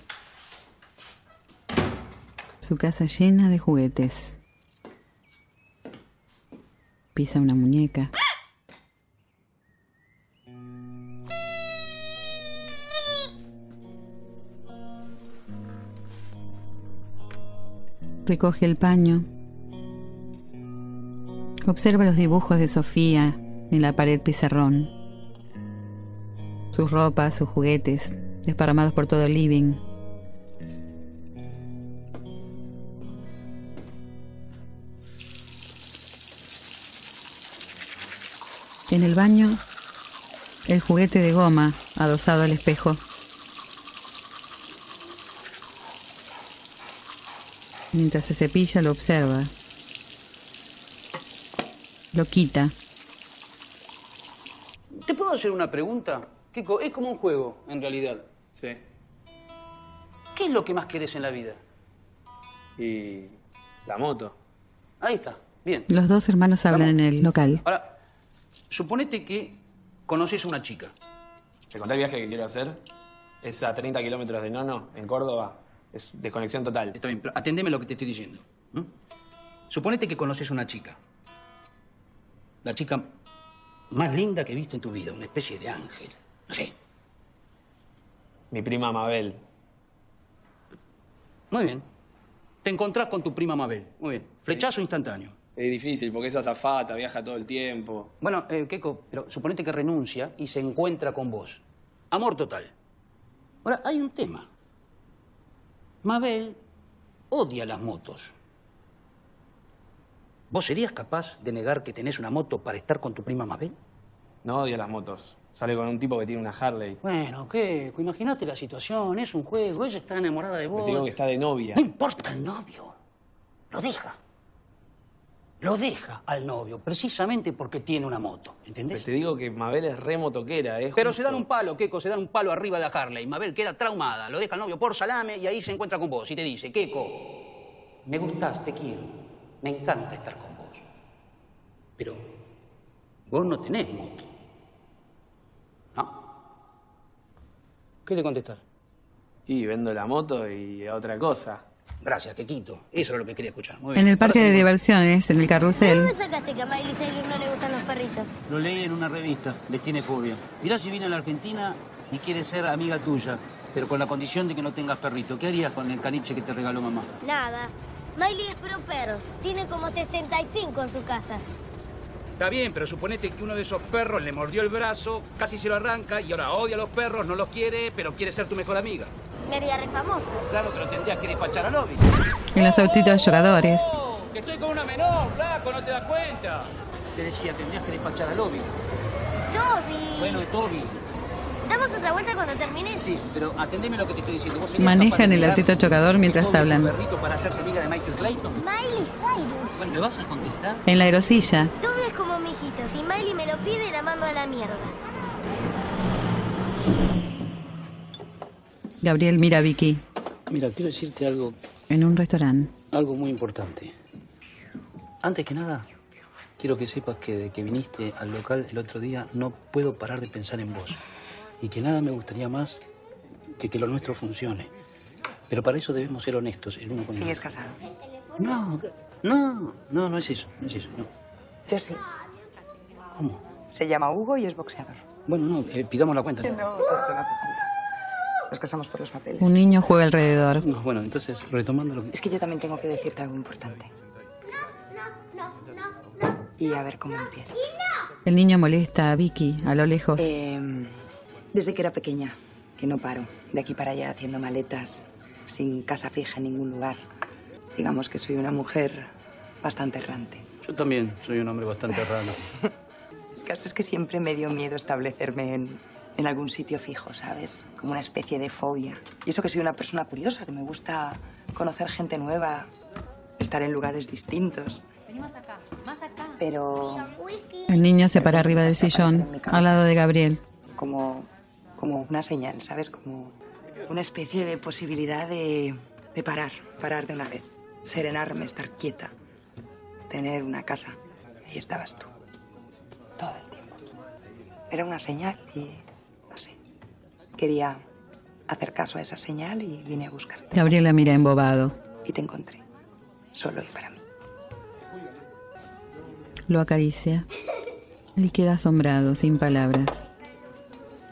Speaker 3: Su casa llena de juguetes. Pisa una muñeca. Recoge el paño. Observa los dibujos de Sofía en la pared pizarrón. Sus ropas, sus juguetes, desparramados por todo el living. En el baño, el juguete de goma adosado al espejo. Mientras se cepilla, lo observa. Lo quita.
Speaker 5: ¿Te puedo hacer una pregunta? Kiko, es como un juego, en realidad.
Speaker 13: Sí.
Speaker 5: ¿Qué es lo que más querés en la vida?
Speaker 13: Y la moto.
Speaker 5: Ahí está, bien.
Speaker 3: Los dos hermanos hablan en el local.
Speaker 5: Ahora, suponete que conoces a una chica.
Speaker 13: Te conté el viaje que quiero hacer. Es a 30 kilómetros de Nono, en Córdoba. Es desconexión total.
Speaker 5: Está bien, pero atendeme lo que te estoy diciendo. ¿m? Suponete que conoces a una chica. La chica más linda que viste en tu vida, una especie de ángel. No sé.
Speaker 13: Mi prima Mabel.
Speaker 5: Muy bien. Te encontrás con tu prima Mabel. Muy bien. Flechazo instantáneo.
Speaker 13: Es difícil porque es azafata, viaja todo el tiempo.
Speaker 5: Bueno, eh, Keiko, pero suponete que renuncia y se encuentra con vos. Amor total. Ahora, hay un tema. Mabel odia las motos. ¿Vos serías capaz de negar que tenés una moto para estar con tu prima Mabel?
Speaker 13: No odio las motos. Sale con un tipo que tiene una Harley.
Speaker 5: Bueno, ¿qué? Imagínate la situación, es un juego, ella está enamorada
Speaker 13: Me
Speaker 5: de vos.
Speaker 13: tengo que está de novia.
Speaker 5: No importa el novio. Lo deja. Lo deja al novio, precisamente porque tiene una moto. ¿Entendés?
Speaker 13: Pero te digo que Mabel es re motoquera, ¿eh?
Speaker 5: Pero
Speaker 13: justo.
Speaker 5: se dan un palo, Keco, se dan un palo arriba de la Harley. Mabel queda traumada, lo deja al novio por salame y ahí se encuentra con vos y te dice, Keco, me gustás, te quiero, me encanta estar con vos. Pero vos no tenés moto. ¿No? ¿Qué le contestás?
Speaker 13: Y vendo la moto y a otra cosa.
Speaker 5: Gracias, te quito. Eso es lo que quería escuchar. Muy bien.
Speaker 3: En el parque de diversiones, en el
Speaker 12: ¿De
Speaker 3: carrusel.
Speaker 12: dónde sacaste que a Miley Cyrus no le gustan los perritos?
Speaker 5: Lo leí en una revista, les tiene fobia. Mirá si viene a la Argentina y quiere ser amiga tuya, pero con la condición de que no tengas perrito. ¿Qué harías con el caniche que te regaló mamá?
Speaker 12: Nada. Miley es pro perros. Tiene como 65 en su casa.
Speaker 5: Está bien, pero suponete que uno de esos perros le mordió el brazo, casi se lo arranca y ahora odia a los perros, no los quiere, pero quiere ser tu mejor amiga.
Speaker 12: Me haría re famosa.
Speaker 5: Claro, pero tendrías que despachar al lobby.
Speaker 3: En los autitos jugadores.
Speaker 5: ¡Que estoy con una menor, flaco, no te das cuenta! Te decía, tendrías que despachar al lobby.
Speaker 12: Toby.
Speaker 5: Bueno, Toby.
Speaker 12: ¿Damos otra vuelta cuando termine?
Speaker 5: Sí, pero atendeme lo que te estoy diciendo. ¿Vos serías capaz
Speaker 3: Manejan
Speaker 5: de
Speaker 3: el
Speaker 5: negar
Speaker 3: autito chocador mientras
Speaker 5: que Toby es un
Speaker 3: hablan.
Speaker 5: perrito para hacerse amiga de Michael Clayton?
Speaker 12: Miley Cyrus.
Speaker 5: Bueno, ¿me vas a contestar?
Speaker 3: En la aerosilla.
Speaker 12: Toby es como mi hijito. Si Miley me lo pide, la mando a la mierda.
Speaker 3: Gabriel mira a Vicky
Speaker 5: Mira, quiero decirte algo,
Speaker 3: en un restaurante.
Speaker 5: algo muy importante. Antes que nada, quiero que sepas que desde que viniste al local el otro día no puedo parar de pensar en vos. Y que nada me gustaría más que que lo nuestro funcione. Pero para eso debemos ser honestos el uno con el otro.
Speaker 17: ¿Sigues casado?
Speaker 5: No, no, no, no es eso, no es eso, no.
Speaker 17: Yo sí.
Speaker 5: ¿Cómo?
Speaker 17: Se llama Hugo y es boxeador.
Speaker 5: Bueno, no, eh, pidamos la cuenta.
Speaker 17: No, no, no hace falta. Nos casamos por los papeles.
Speaker 3: Un niño juega alrededor.
Speaker 5: No, bueno, entonces, retomando lo que...
Speaker 17: Es que yo también tengo que decirte algo importante. Y a ver cómo empieza.
Speaker 3: El niño molesta a Vicky a lo lejos.
Speaker 17: Eh, desde que era pequeña, que no paro. De aquí para allá haciendo maletas, sin casa fija en ningún lugar. Digamos que soy una mujer bastante errante.
Speaker 5: Yo también soy un hombre bastante raro.
Speaker 17: El caso es que siempre me dio miedo establecerme en, en algún sitio fijo, ¿sabes? Como una especie de fobia. Y eso que soy una persona curiosa, que me gusta conocer gente nueva, estar en lugares distintos.
Speaker 7: Venimos acá, más acá.
Speaker 17: Pero
Speaker 3: El niño se para arriba del sillón, al lado de Gabriel.
Speaker 17: como, como una señal, ¿sabes? Como una especie de posibilidad de, de parar, parar de una vez, serenarme, estar quieta, tener una casa. Ahí estabas tú, todo el tiempo. Era una señal y, no sé, quería hacer caso a esa señal y vine a buscarte.
Speaker 3: Gabriel la mira embobado.
Speaker 17: Y te encontré, solo y para mí.
Speaker 3: Lo acaricia. Él queda asombrado, sin palabras.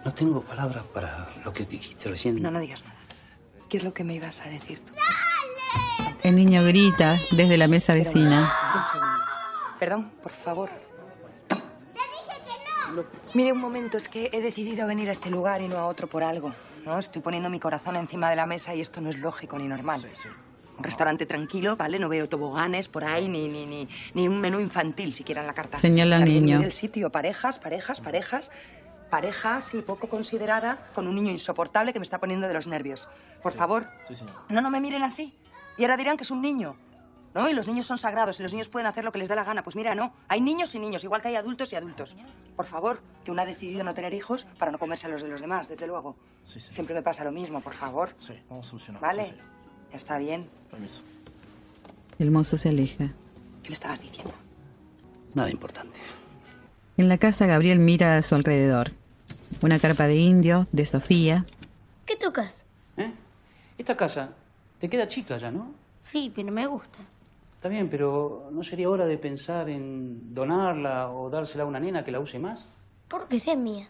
Speaker 5: No tengo palabras para lo que dijiste recién.
Speaker 17: No, no digas nada. ¿Qué es lo que me ibas a decir tú?
Speaker 3: El niño grita desde la mesa
Speaker 17: Espera un-
Speaker 3: vecina.
Speaker 17: un segundo. Perdón, por favor. Lo- Mire, un momento, es que he decidido venir a este lugar y no a otro por algo. ¿no? Estoy poniendo mi corazón encima de la mesa y esto no es lógico ni normal. Un restaurante tranquilo, ¿vale? No veo toboganes por ahí, ni, ni, ni, ni un menú infantil siquiera en la carta.
Speaker 3: Señala al
Speaker 17: Está bien,
Speaker 3: niño.
Speaker 17: mire el sitio, parejas, parejas, parejas. Parejas y poco considerada, con un niño insoportable que me está poniendo de los nervios. Por favor, no, no me miren así. Y ahora dirán que es un niño. ¿No? Y los niños son sagrados y los niños pueden hacer lo que les dé la gana. Pues mira, no. Hay niños y niños, igual que hay adultos y adultos. Por favor, que uno ha decidido no tener hijos para no comerse a los de los demás, desde luego. Siempre me pasa lo mismo, por favor.
Speaker 20: Sí, vamos a solucionar.
Speaker 17: ¿Vale? Ya está bien.
Speaker 20: Permiso.
Speaker 3: El mozo se aleja.
Speaker 17: ¿Qué le estabas diciendo?
Speaker 5: Nada importante.
Speaker 3: En la casa, Gabriel mira a su alrededor. Una carpa de indio, de Sofía.
Speaker 12: ¿Qué tocas?
Speaker 5: ¿Eh? Esta casa te queda chica ya, ¿no?
Speaker 12: Sí, pero me gusta.
Speaker 5: Está bien, pero ¿no sería hora de pensar en donarla o dársela a una nena que la use más?
Speaker 12: Porque si es mía.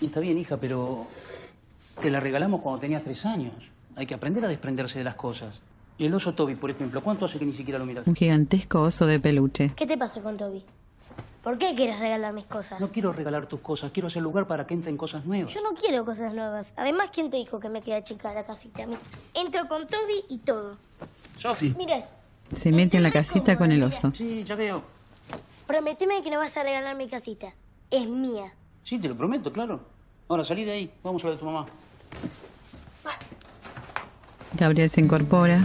Speaker 5: Y está bien, hija, pero te la regalamos cuando tenías tres años. Hay que aprender a desprenderse de las cosas. Y el oso Toby, por ejemplo, ¿cuánto hace que ni siquiera lo miras?
Speaker 3: Un gigantesco oso de peluche.
Speaker 12: ¿Qué te pasa con Toby? ¿Por qué quieres regalar mis cosas?
Speaker 5: No quiero regalar tus cosas, quiero hacer lugar para que entren cosas nuevas.
Speaker 12: Yo no quiero cosas nuevas. Además, ¿quién te dijo que me queda chica la casita? Me- Entro con Toby y todo.
Speaker 5: Sofi.
Speaker 12: Mira,
Speaker 3: Se mete en la casita con el oso.
Speaker 5: Sí, ya veo.
Speaker 12: prometeme que no vas a regalar mi casita. Es mía.
Speaker 5: Sí, te lo prometo, claro. Ahora salí de ahí. Vamos a la de tu mamá.
Speaker 3: Gabriel se incorpora,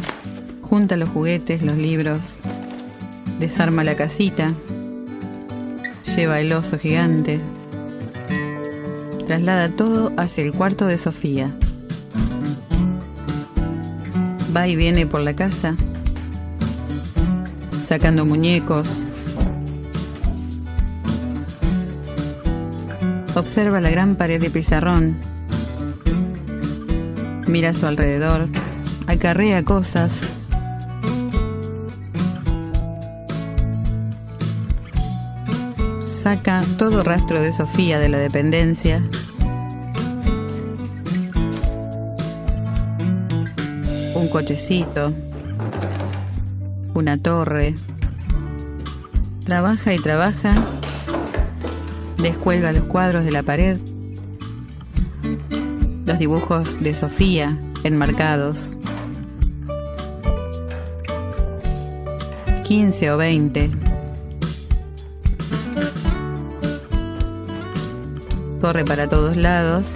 Speaker 3: junta los juguetes, los libros, desarma la casita, lleva el oso gigante, traslada todo hacia el cuarto de Sofía. Va y viene por la casa, sacando muñecos. Observa la gran pared de pizarrón. Mira a su alrededor, acarrea cosas. Saca todo rastro de Sofía de la dependencia. Un cochecito. Una torre. Trabaja y trabaja. Descuelga los cuadros de la pared los dibujos de Sofía enmarcados. 15 o 20. Corre para todos lados.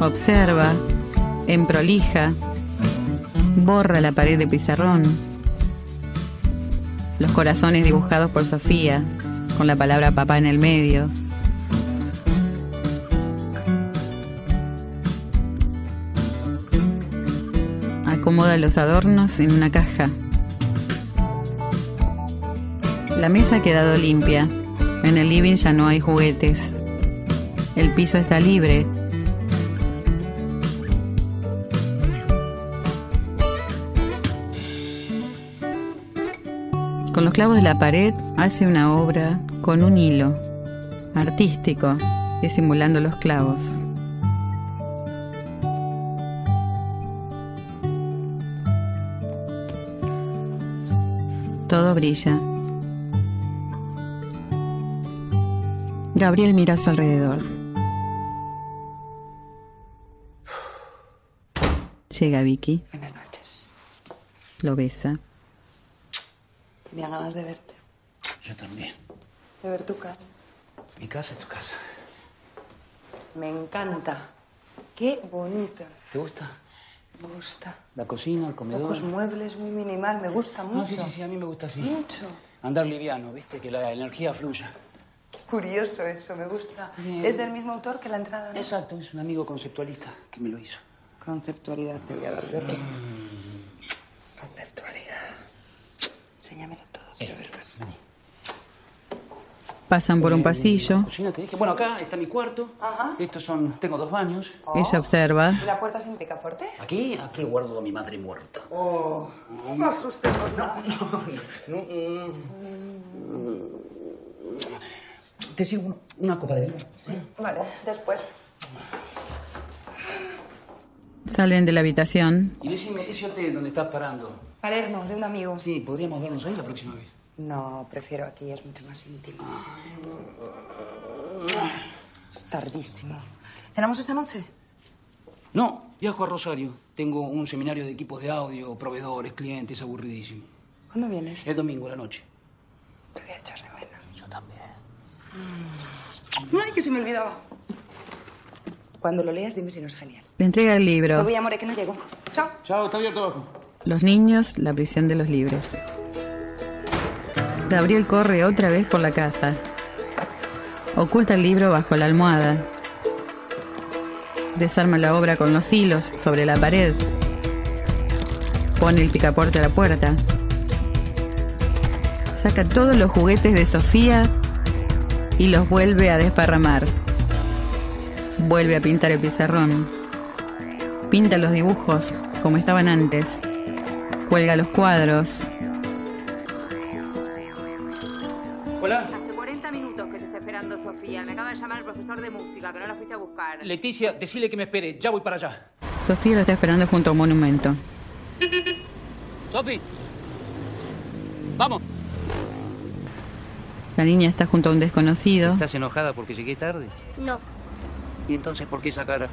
Speaker 3: Observa, emprolija, borra la pared de pizarrón. Los corazones dibujados por Sofía con la palabra papá en el medio. Acomoda los adornos en una caja. La mesa ha quedado limpia. En el living ya no hay juguetes. El piso está libre. Con los clavos de la pared hace una obra con un hilo artístico, disimulando los clavos. Todo brilla. Gabriel mira a su alrededor. Llega Vicky. Buenas noches. Lo besa.
Speaker 17: Tenía ganas de verte,
Speaker 5: Yo también.
Speaker 17: de ver tu casa.
Speaker 5: Mi casa es tu casa.
Speaker 17: Me encanta. Qué bonita.
Speaker 5: ¿Te gusta?
Speaker 17: Me gusta.
Speaker 5: La cocina, el comedor.
Speaker 17: Pocos muebles, muy minimal. Me gusta mucho.
Speaker 5: No, sí, sí, sí, a mí me gusta así.
Speaker 17: Mucho.
Speaker 5: Andar liviano, viste, que la energía fluya.
Speaker 17: Curioso eso, me gusta.
Speaker 5: Bien.
Speaker 17: Es del mismo autor que la entrada. ¿no?
Speaker 5: Exacto, es un amigo conceptualista que me lo hizo.
Speaker 17: Conceptualidad te voy a dar, Berry. Conceptualidad. Enséñamelo todo. Quiero verlas.
Speaker 3: Pasan por un pasillo.
Speaker 5: Cocina, te dije. Bueno, acá está mi cuarto. Estos son. Tengo dos baños.
Speaker 3: Oh. Ella observa.
Speaker 17: ¿Y la puerta sin picaporte?
Speaker 5: Aquí, aquí guardo a mi madre muerta.
Speaker 17: Oh, no asustemos, no.
Speaker 5: No, mm. Te sirvo una copa de vino.
Speaker 17: Vale, después.
Speaker 3: Salen de la habitación.
Speaker 5: Y decime, ese hotel donde estás parando.
Speaker 17: Palermo, de un amigo.
Speaker 5: Sí, podríamos vernos ahí la próxima vez. Ah.
Speaker 17: No, prefiero aquí, es mucho más íntimo. Es tardísimo. ¿Cenamos esta noche?
Speaker 5: No, viajo a Rosario. Tengo un seminario de equipos de audio, proveedores, clientes, aburridísimo.
Speaker 17: ¿Cuándo vienes?
Speaker 5: El domingo a la noche.
Speaker 17: Te voy a echar de menos.
Speaker 5: Yo también.
Speaker 17: Ay, que se me olvidaba. Cuando lo leas, dime si no es genial.
Speaker 3: Le entrega el
Speaker 17: Me
Speaker 3: libro.
Speaker 17: voy, amor, que no llego. Chao.
Speaker 5: Chao, está abierto abajo.
Speaker 3: Los niños, la prisión de los libres. Gabriel corre otra vez por la casa. Oculta el libro bajo la almohada. Desarma la obra con los hilos sobre la pared. Pone el picaporte a la puerta. Saca todos los juguetes de Sofía y los vuelve a desparramar. Vuelve a pintar el pizarrón. Pinta los dibujos como estaban antes. Cuelga los cuadros.
Speaker 5: Hola.
Speaker 21: Hace 40 minutos que te está esperando Sofía. Me acaba de llamar el profesor de música, que no la fuiste a buscar.
Speaker 5: Leticia, decile que me espere. Ya voy para [LAUGHS] allá.
Speaker 3: Sofía lo está esperando junto a un monumento.
Speaker 5: Sofi. Vamos.
Speaker 3: La niña está junto a un desconocido.
Speaker 5: ¿Estás enojada porque llegué tarde?
Speaker 12: No,
Speaker 5: ¿Y entonces por qué esa cara?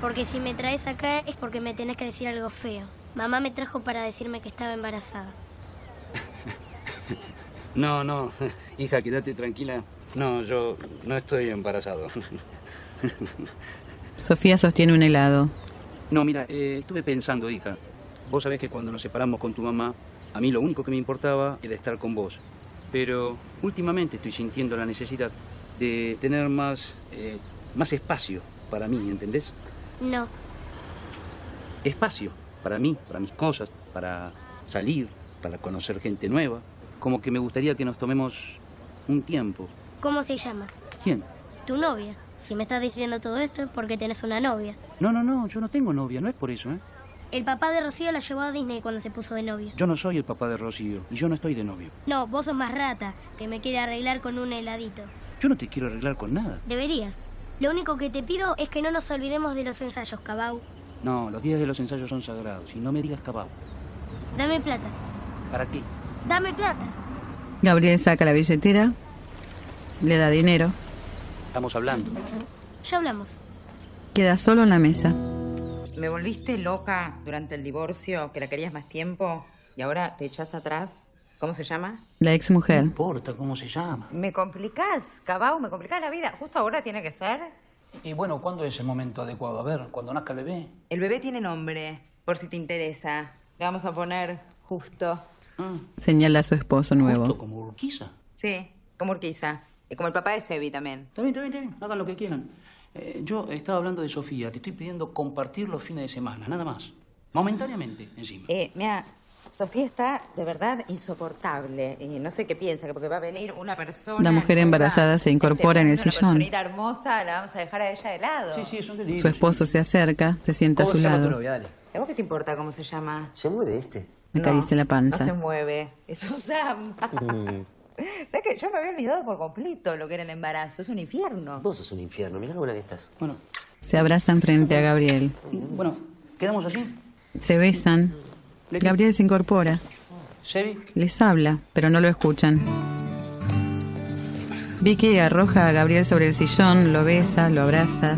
Speaker 12: Porque si me traes acá es porque me tenés que decir algo feo. Mamá me trajo para decirme que estaba embarazada.
Speaker 5: No, no, [LAUGHS] hija, quédate tranquila. No, yo no estoy embarazado. [LAUGHS]
Speaker 3: Sofía sostiene un helado.
Speaker 5: No, mira, eh, estuve pensando, hija. Vos sabés que cuando nos separamos con tu mamá, a mí lo único que me importaba era estar con vos. Pero últimamente estoy sintiendo la necesidad de tener más, eh, más espacio para mí, ¿entendés?
Speaker 12: No,
Speaker 5: Espacio para mí, para mis cosas, para salir, para conocer gente nueva. Como que me gustaría que nos tomemos un tiempo.
Speaker 12: ¿cómo se llama?
Speaker 5: ¿Quién?
Speaker 12: Tu novia. Si me estás diciendo todo esto es porque tenés una novia.
Speaker 5: No, no, no, yo no tengo novia, no es por eso, ¿eh?
Speaker 12: El papá de Rocío la llevó a Disney cuando se puso de novia.
Speaker 5: Yo no soy el papá de Rocío y yo no estoy de novio.
Speaker 12: No, vos sos más rata, que me quiere arreglar con un heladito.
Speaker 5: Yo no te quiero arreglar con nada.
Speaker 12: Deberías. Lo único que te pido es que no nos olvidemos de los ensayos, Cabau.
Speaker 5: No, los días de los ensayos son sagrados y no me digas cabao.
Speaker 12: Dame plata,
Speaker 5: ¿Para qué?
Speaker 12: dame plata.
Speaker 3: Gabriel saca la billetera, le da dinero,
Speaker 5: Estamos hablando.
Speaker 12: Ya hablamos.
Speaker 3: queda solo en la mesa.
Speaker 21: ¿Me volviste loca durante el divorcio, que la querías más tiempo y ahora te echás atrás? ¿Cómo se llama?
Speaker 3: La ex mujer.
Speaker 21: No
Speaker 5: importa cómo se llama.
Speaker 21: Me complicás, Cabau, me complicás la vida. ¿Justo ahora tiene que ser?
Speaker 22: Y bueno, ¿cuándo es el momento adecuado? A ver, cuando nazca el bebé.
Speaker 21: El bebé tiene nombre, por si te interesa. Le vamos a poner justo.
Speaker 3: Señala a su esposo nuevo.
Speaker 5: ¿Como Urquiza?
Speaker 21: Sí, como Urquiza. Y como el papá de Sebi también.
Speaker 5: También, también, también. Hagan lo que quieran. Eh, yo estaba hablando de Sofía. Te estoy pidiendo compartir los fines de semana, nada más. Momentáneamente, encima.
Speaker 21: Eh, mira, Sofía está de verdad insoportable. Y no sé qué piensa, que porque va a venir una persona.
Speaker 3: La mujer embarazada se incorpora en el sillón.
Speaker 21: Bonita, hermosa, la vamos a dejar a ella de lado. Sí, sí, es un
Speaker 3: Su esposo se acerca, se sienta a su lado,
Speaker 21: ¿A vos qué te importa cómo se llama?
Speaker 23: Se mueve este.
Speaker 3: acaricia la
Speaker 21: No se
Speaker 3: panza.
Speaker 21: mueve. Es Susam.
Speaker 23: Mm.
Speaker 21: [LAUGHS] ¿Sabes que Yo me había olvidado por completo lo que era el embarazo. Es un infierno.
Speaker 23: Vos sos un infierno, mirá lo buena que estás.
Speaker 5: Bueno,
Speaker 3: Se abrazan frente a Gabriel.
Speaker 5: Bueno, ¿quedamos así?
Speaker 3: Se besan. Gabriel se incorpora.
Speaker 5: ¿Sebi?
Speaker 3: Les habla, pero no lo escuchan. Vicky arroja a Gabriel sobre el sillón, lo besa, lo abraza.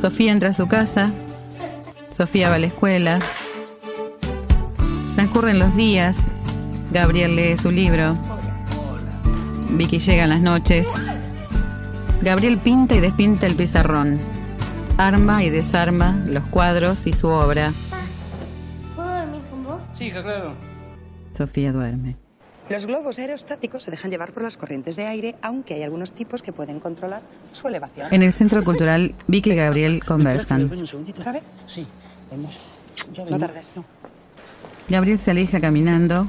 Speaker 3: Sofía entra a su casa. Sofía va a la escuela. Transcurren los días. Gabriel lee su libro. Vicky llega en las noches. Gabriel pinta y despinta el pizarrón. Arma y desarma los cuadros y su obra.
Speaker 21: ¿Puedo dormir con vos?
Speaker 22: Sí, hija, claro.
Speaker 3: Sofía duerme.
Speaker 17: Los globos aerostáticos se dejan llevar por las corrientes de aire, aunque hay algunos tipos que pueden controlar su elevación.
Speaker 3: En el centro cultural, Vicky y Gabriel conversan.
Speaker 5: un segundito?
Speaker 17: ¿Otra vez?
Speaker 5: Sí, hermoso.
Speaker 17: No tardes.
Speaker 3: Gabriel se aleja caminando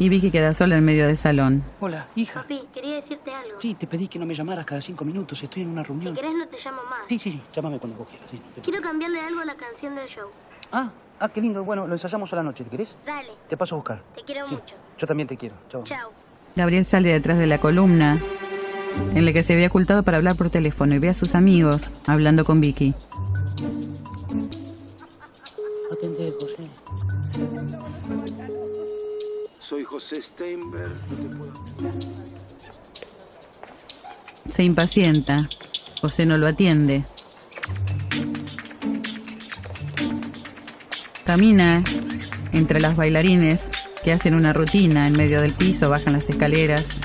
Speaker 3: y Vicky queda sola en medio del salón.
Speaker 5: Hola, hija.
Speaker 21: Papi, quería decirte algo.
Speaker 5: Sí, te pedí que no me llamaras cada cinco minutos. Estoy en una
Speaker 12: Si
Speaker 5: reunión.
Speaker 12: querés no te llamo más.
Speaker 5: Sí, sí, sí. Llámame cuando vos quieras. sí, no te preocupes.
Speaker 12: Quiero cambiarle algo a la canción del show.
Speaker 5: Ah, ah, qué lindo. Bueno, lo ensayamos a la noche. ¿Te querés?
Speaker 12: Dale,
Speaker 5: Te paso a buscar.
Speaker 12: te quiero
Speaker 5: Sí.
Speaker 12: mucho.
Speaker 5: Yo también te quiero. Chao.
Speaker 12: Chao.
Speaker 3: Gabriel sale detrás de la columna en la que se había ocultado para hablar por teléfono y ve a sus amigos hablando con Vicky.
Speaker 5: Atende, José.
Speaker 11: Soy José Steinberg. No te puedo-
Speaker 3: Se impacienta. José no lo atiende. Camina entre las bailarines que hacen una rutina en medio del piso, bajan las escaleras.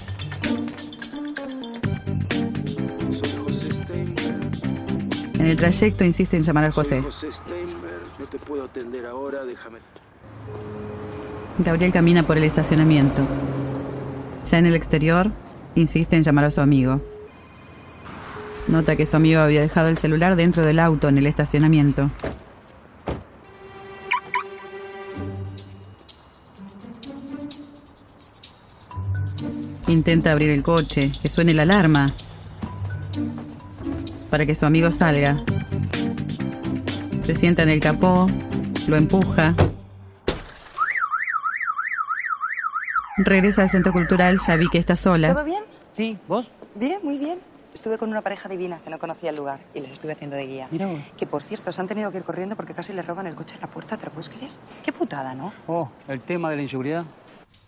Speaker 3: En el trayecto insiste en llamar a José.
Speaker 11: José Steinberg, no te puedo atender ahora, déjame.
Speaker 3: Gabriel camina por el estacionamiento. Ya en el exterior, insiste en llamar a su amigo. Nota que su amigo había dejado el celular dentro del auto en el estacionamiento. Intenta abrir el coche, que suene la alarma, para que su amigo salga. Se sienta en el capó, lo empuja. Regresa al centro cultural, ya vi que está
Speaker 17: ¿Todo
Speaker 3: sola.
Speaker 17: bien?
Speaker 5: Sí, ¿vos?
Speaker 17: Bien, muy bien. Estuve con una pareja divina que no conocía el lugar y les estuve haciendo de guía.
Speaker 5: Mira vos.
Speaker 17: Que por cierto, se han tenido que ir corriendo porque casi les roban el coche en la puerta, ¿te lo puedes creer? Qué putada, ¿no?
Speaker 5: Oh, el tema de la inseguridad.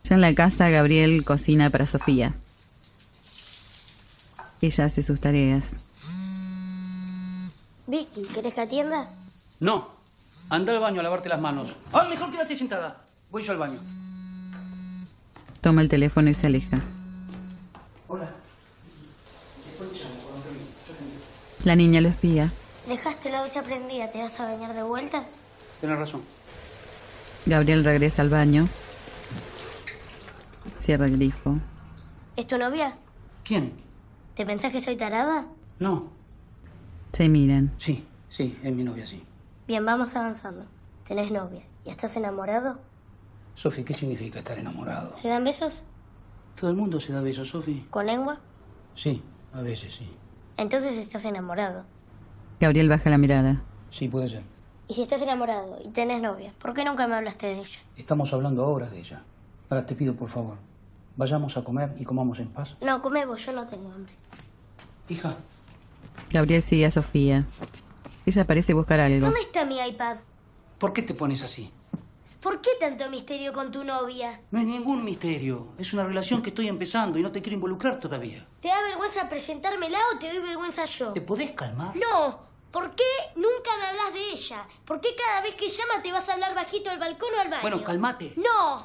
Speaker 3: Ya en la casa, Gabriel cocina para Sofía. Ella hace sus tareas.
Speaker 12: Vicky, ¿querés que atienda?
Speaker 24: No, anda al baño a lavarte las manos. Ah, mejor quédate sentada. Voy yo al baño.
Speaker 3: Toma el teléfono y se aleja. La niña lo espía.
Speaker 12: Dejaste la ducha prendida, ¿te vas a bañar de vuelta?
Speaker 24: Tienes razón.
Speaker 3: Gabriel regresa al baño. Cierra el grifo.
Speaker 12: ¿Es tu novia?
Speaker 24: ¿Quién?
Speaker 12: ¿Te pensás que soy tarada?
Speaker 24: No.
Speaker 3: Se miran.
Speaker 24: Sí, sí, es mi novia, sí.
Speaker 12: Bien, vamos avanzando. ¿Tenés novia? ¿Y estás enamorado?
Speaker 24: Sofi, ¿qué significa estar enamorado?
Speaker 12: ¿Se dan besos?
Speaker 24: Todo el mundo se da besos, Sofi.
Speaker 12: ¿Con lengua?
Speaker 24: Sí, a veces sí.
Speaker 12: Entonces estás enamorado.
Speaker 3: Gabriel baja la mirada.
Speaker 24: Sí, puede ser.
Speaker 12: Y si estás enamorado y tenés novia, ¿por qué nunca me hablaste de ella?
Speaker 24: Estamos hablando ahora de ella. Ahora te pido, por favor, vayamos a comer y comamos en paz.
Speaker 12: No, comemos, yo no tengo hambre.
Speaker 24: Hija.
Speaker 3: Gabriel sigue a Sofía. Ella parece buscar algo.
Speaker 12: ¿Dónde está mi iPad?
Speaker 24: ¿Por qué te pones así?
Speaker 12: ¿Por qué tanto misterio con tu novia?
Speaker 24: No es ningún misterio. Es una relación que estoy empezando y no te quiero involucrar todavía.
Speaker 12: ¿Te da vergüenza presentármela o te doy vergüenza yo?
Speaker 24: ¿Te podés calmar?
Speaker 12: No. ¿Por qué nunca me hablas de ella? ¿Por qué cada vez que llama te vas a hablar bajito al balcón o al baño?
Speaker 24: Bueno, calmate.
Speaker 12: No.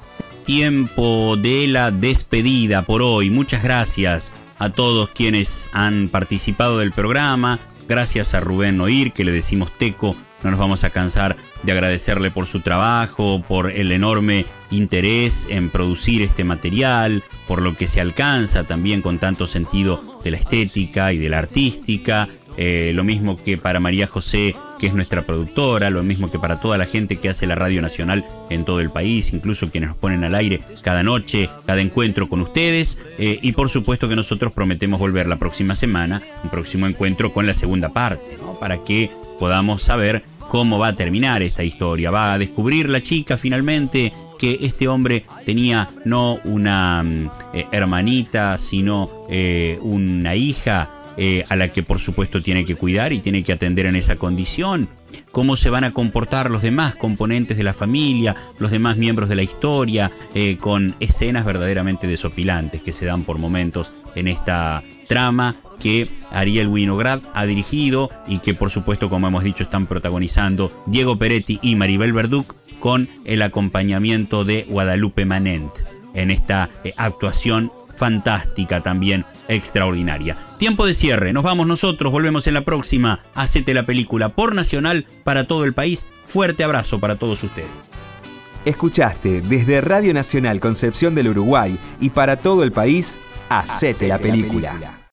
Speaker 2: Tiempo de la despedida por hoy. Muchas gracias a todos quienes han participado del programa. Gracias a Rubén Oír, que le decimos teco. No nos vamos a cansar de agradecerle por su trabajo, por el enorme interés en producir este material, por lo que se alcanza también con tanto sentido de la estética y de la artística. Eh, lo mismo que para María José, que es nuestra productora, lo mismo que para toda la gente que hace la Radio Nacional en todo el país, incluso quienes nos ponen al aire cada noche, cada encuentro con ustedes. Eh, y por supuesto que nosotros prometemos volver la próxima semana, un próximo encuentro con la segunda parte, ¿no? para que podamos saber cómo va a terminar esta historia. Va a descubrir la chica finalmente que este hombre tenía no una eh, hermanita, sino eh, una hija eh, a la que por supuesto tiene que cuidar y tiene que atender en esa condición. Cómo se van a comportar los demás componentes de la familia, los demás miembros de la historia, eh, con escenas verdaderamente desopilantes que se dan por momentos en esta trama que Ariel Winograd ha dirigido y que por supuesto, como hemos dicho, están protagonizando Diego Peretti y Maribel Verduc con el acompañamiento de Guadalupe Manent en esta eh, actuación fantástica también, extraordinaria. Tiempo de cierre, nos vamos nosotros, volvemos en la próxima. Hacete la película por Nacional para todo el país. Fuerte abrazo para todos ustedes.
Speaker 1: Escuchaste desde Radio Nacional Concepción del Uruguay y para todo el país, Hacete, Hacete la película. La película.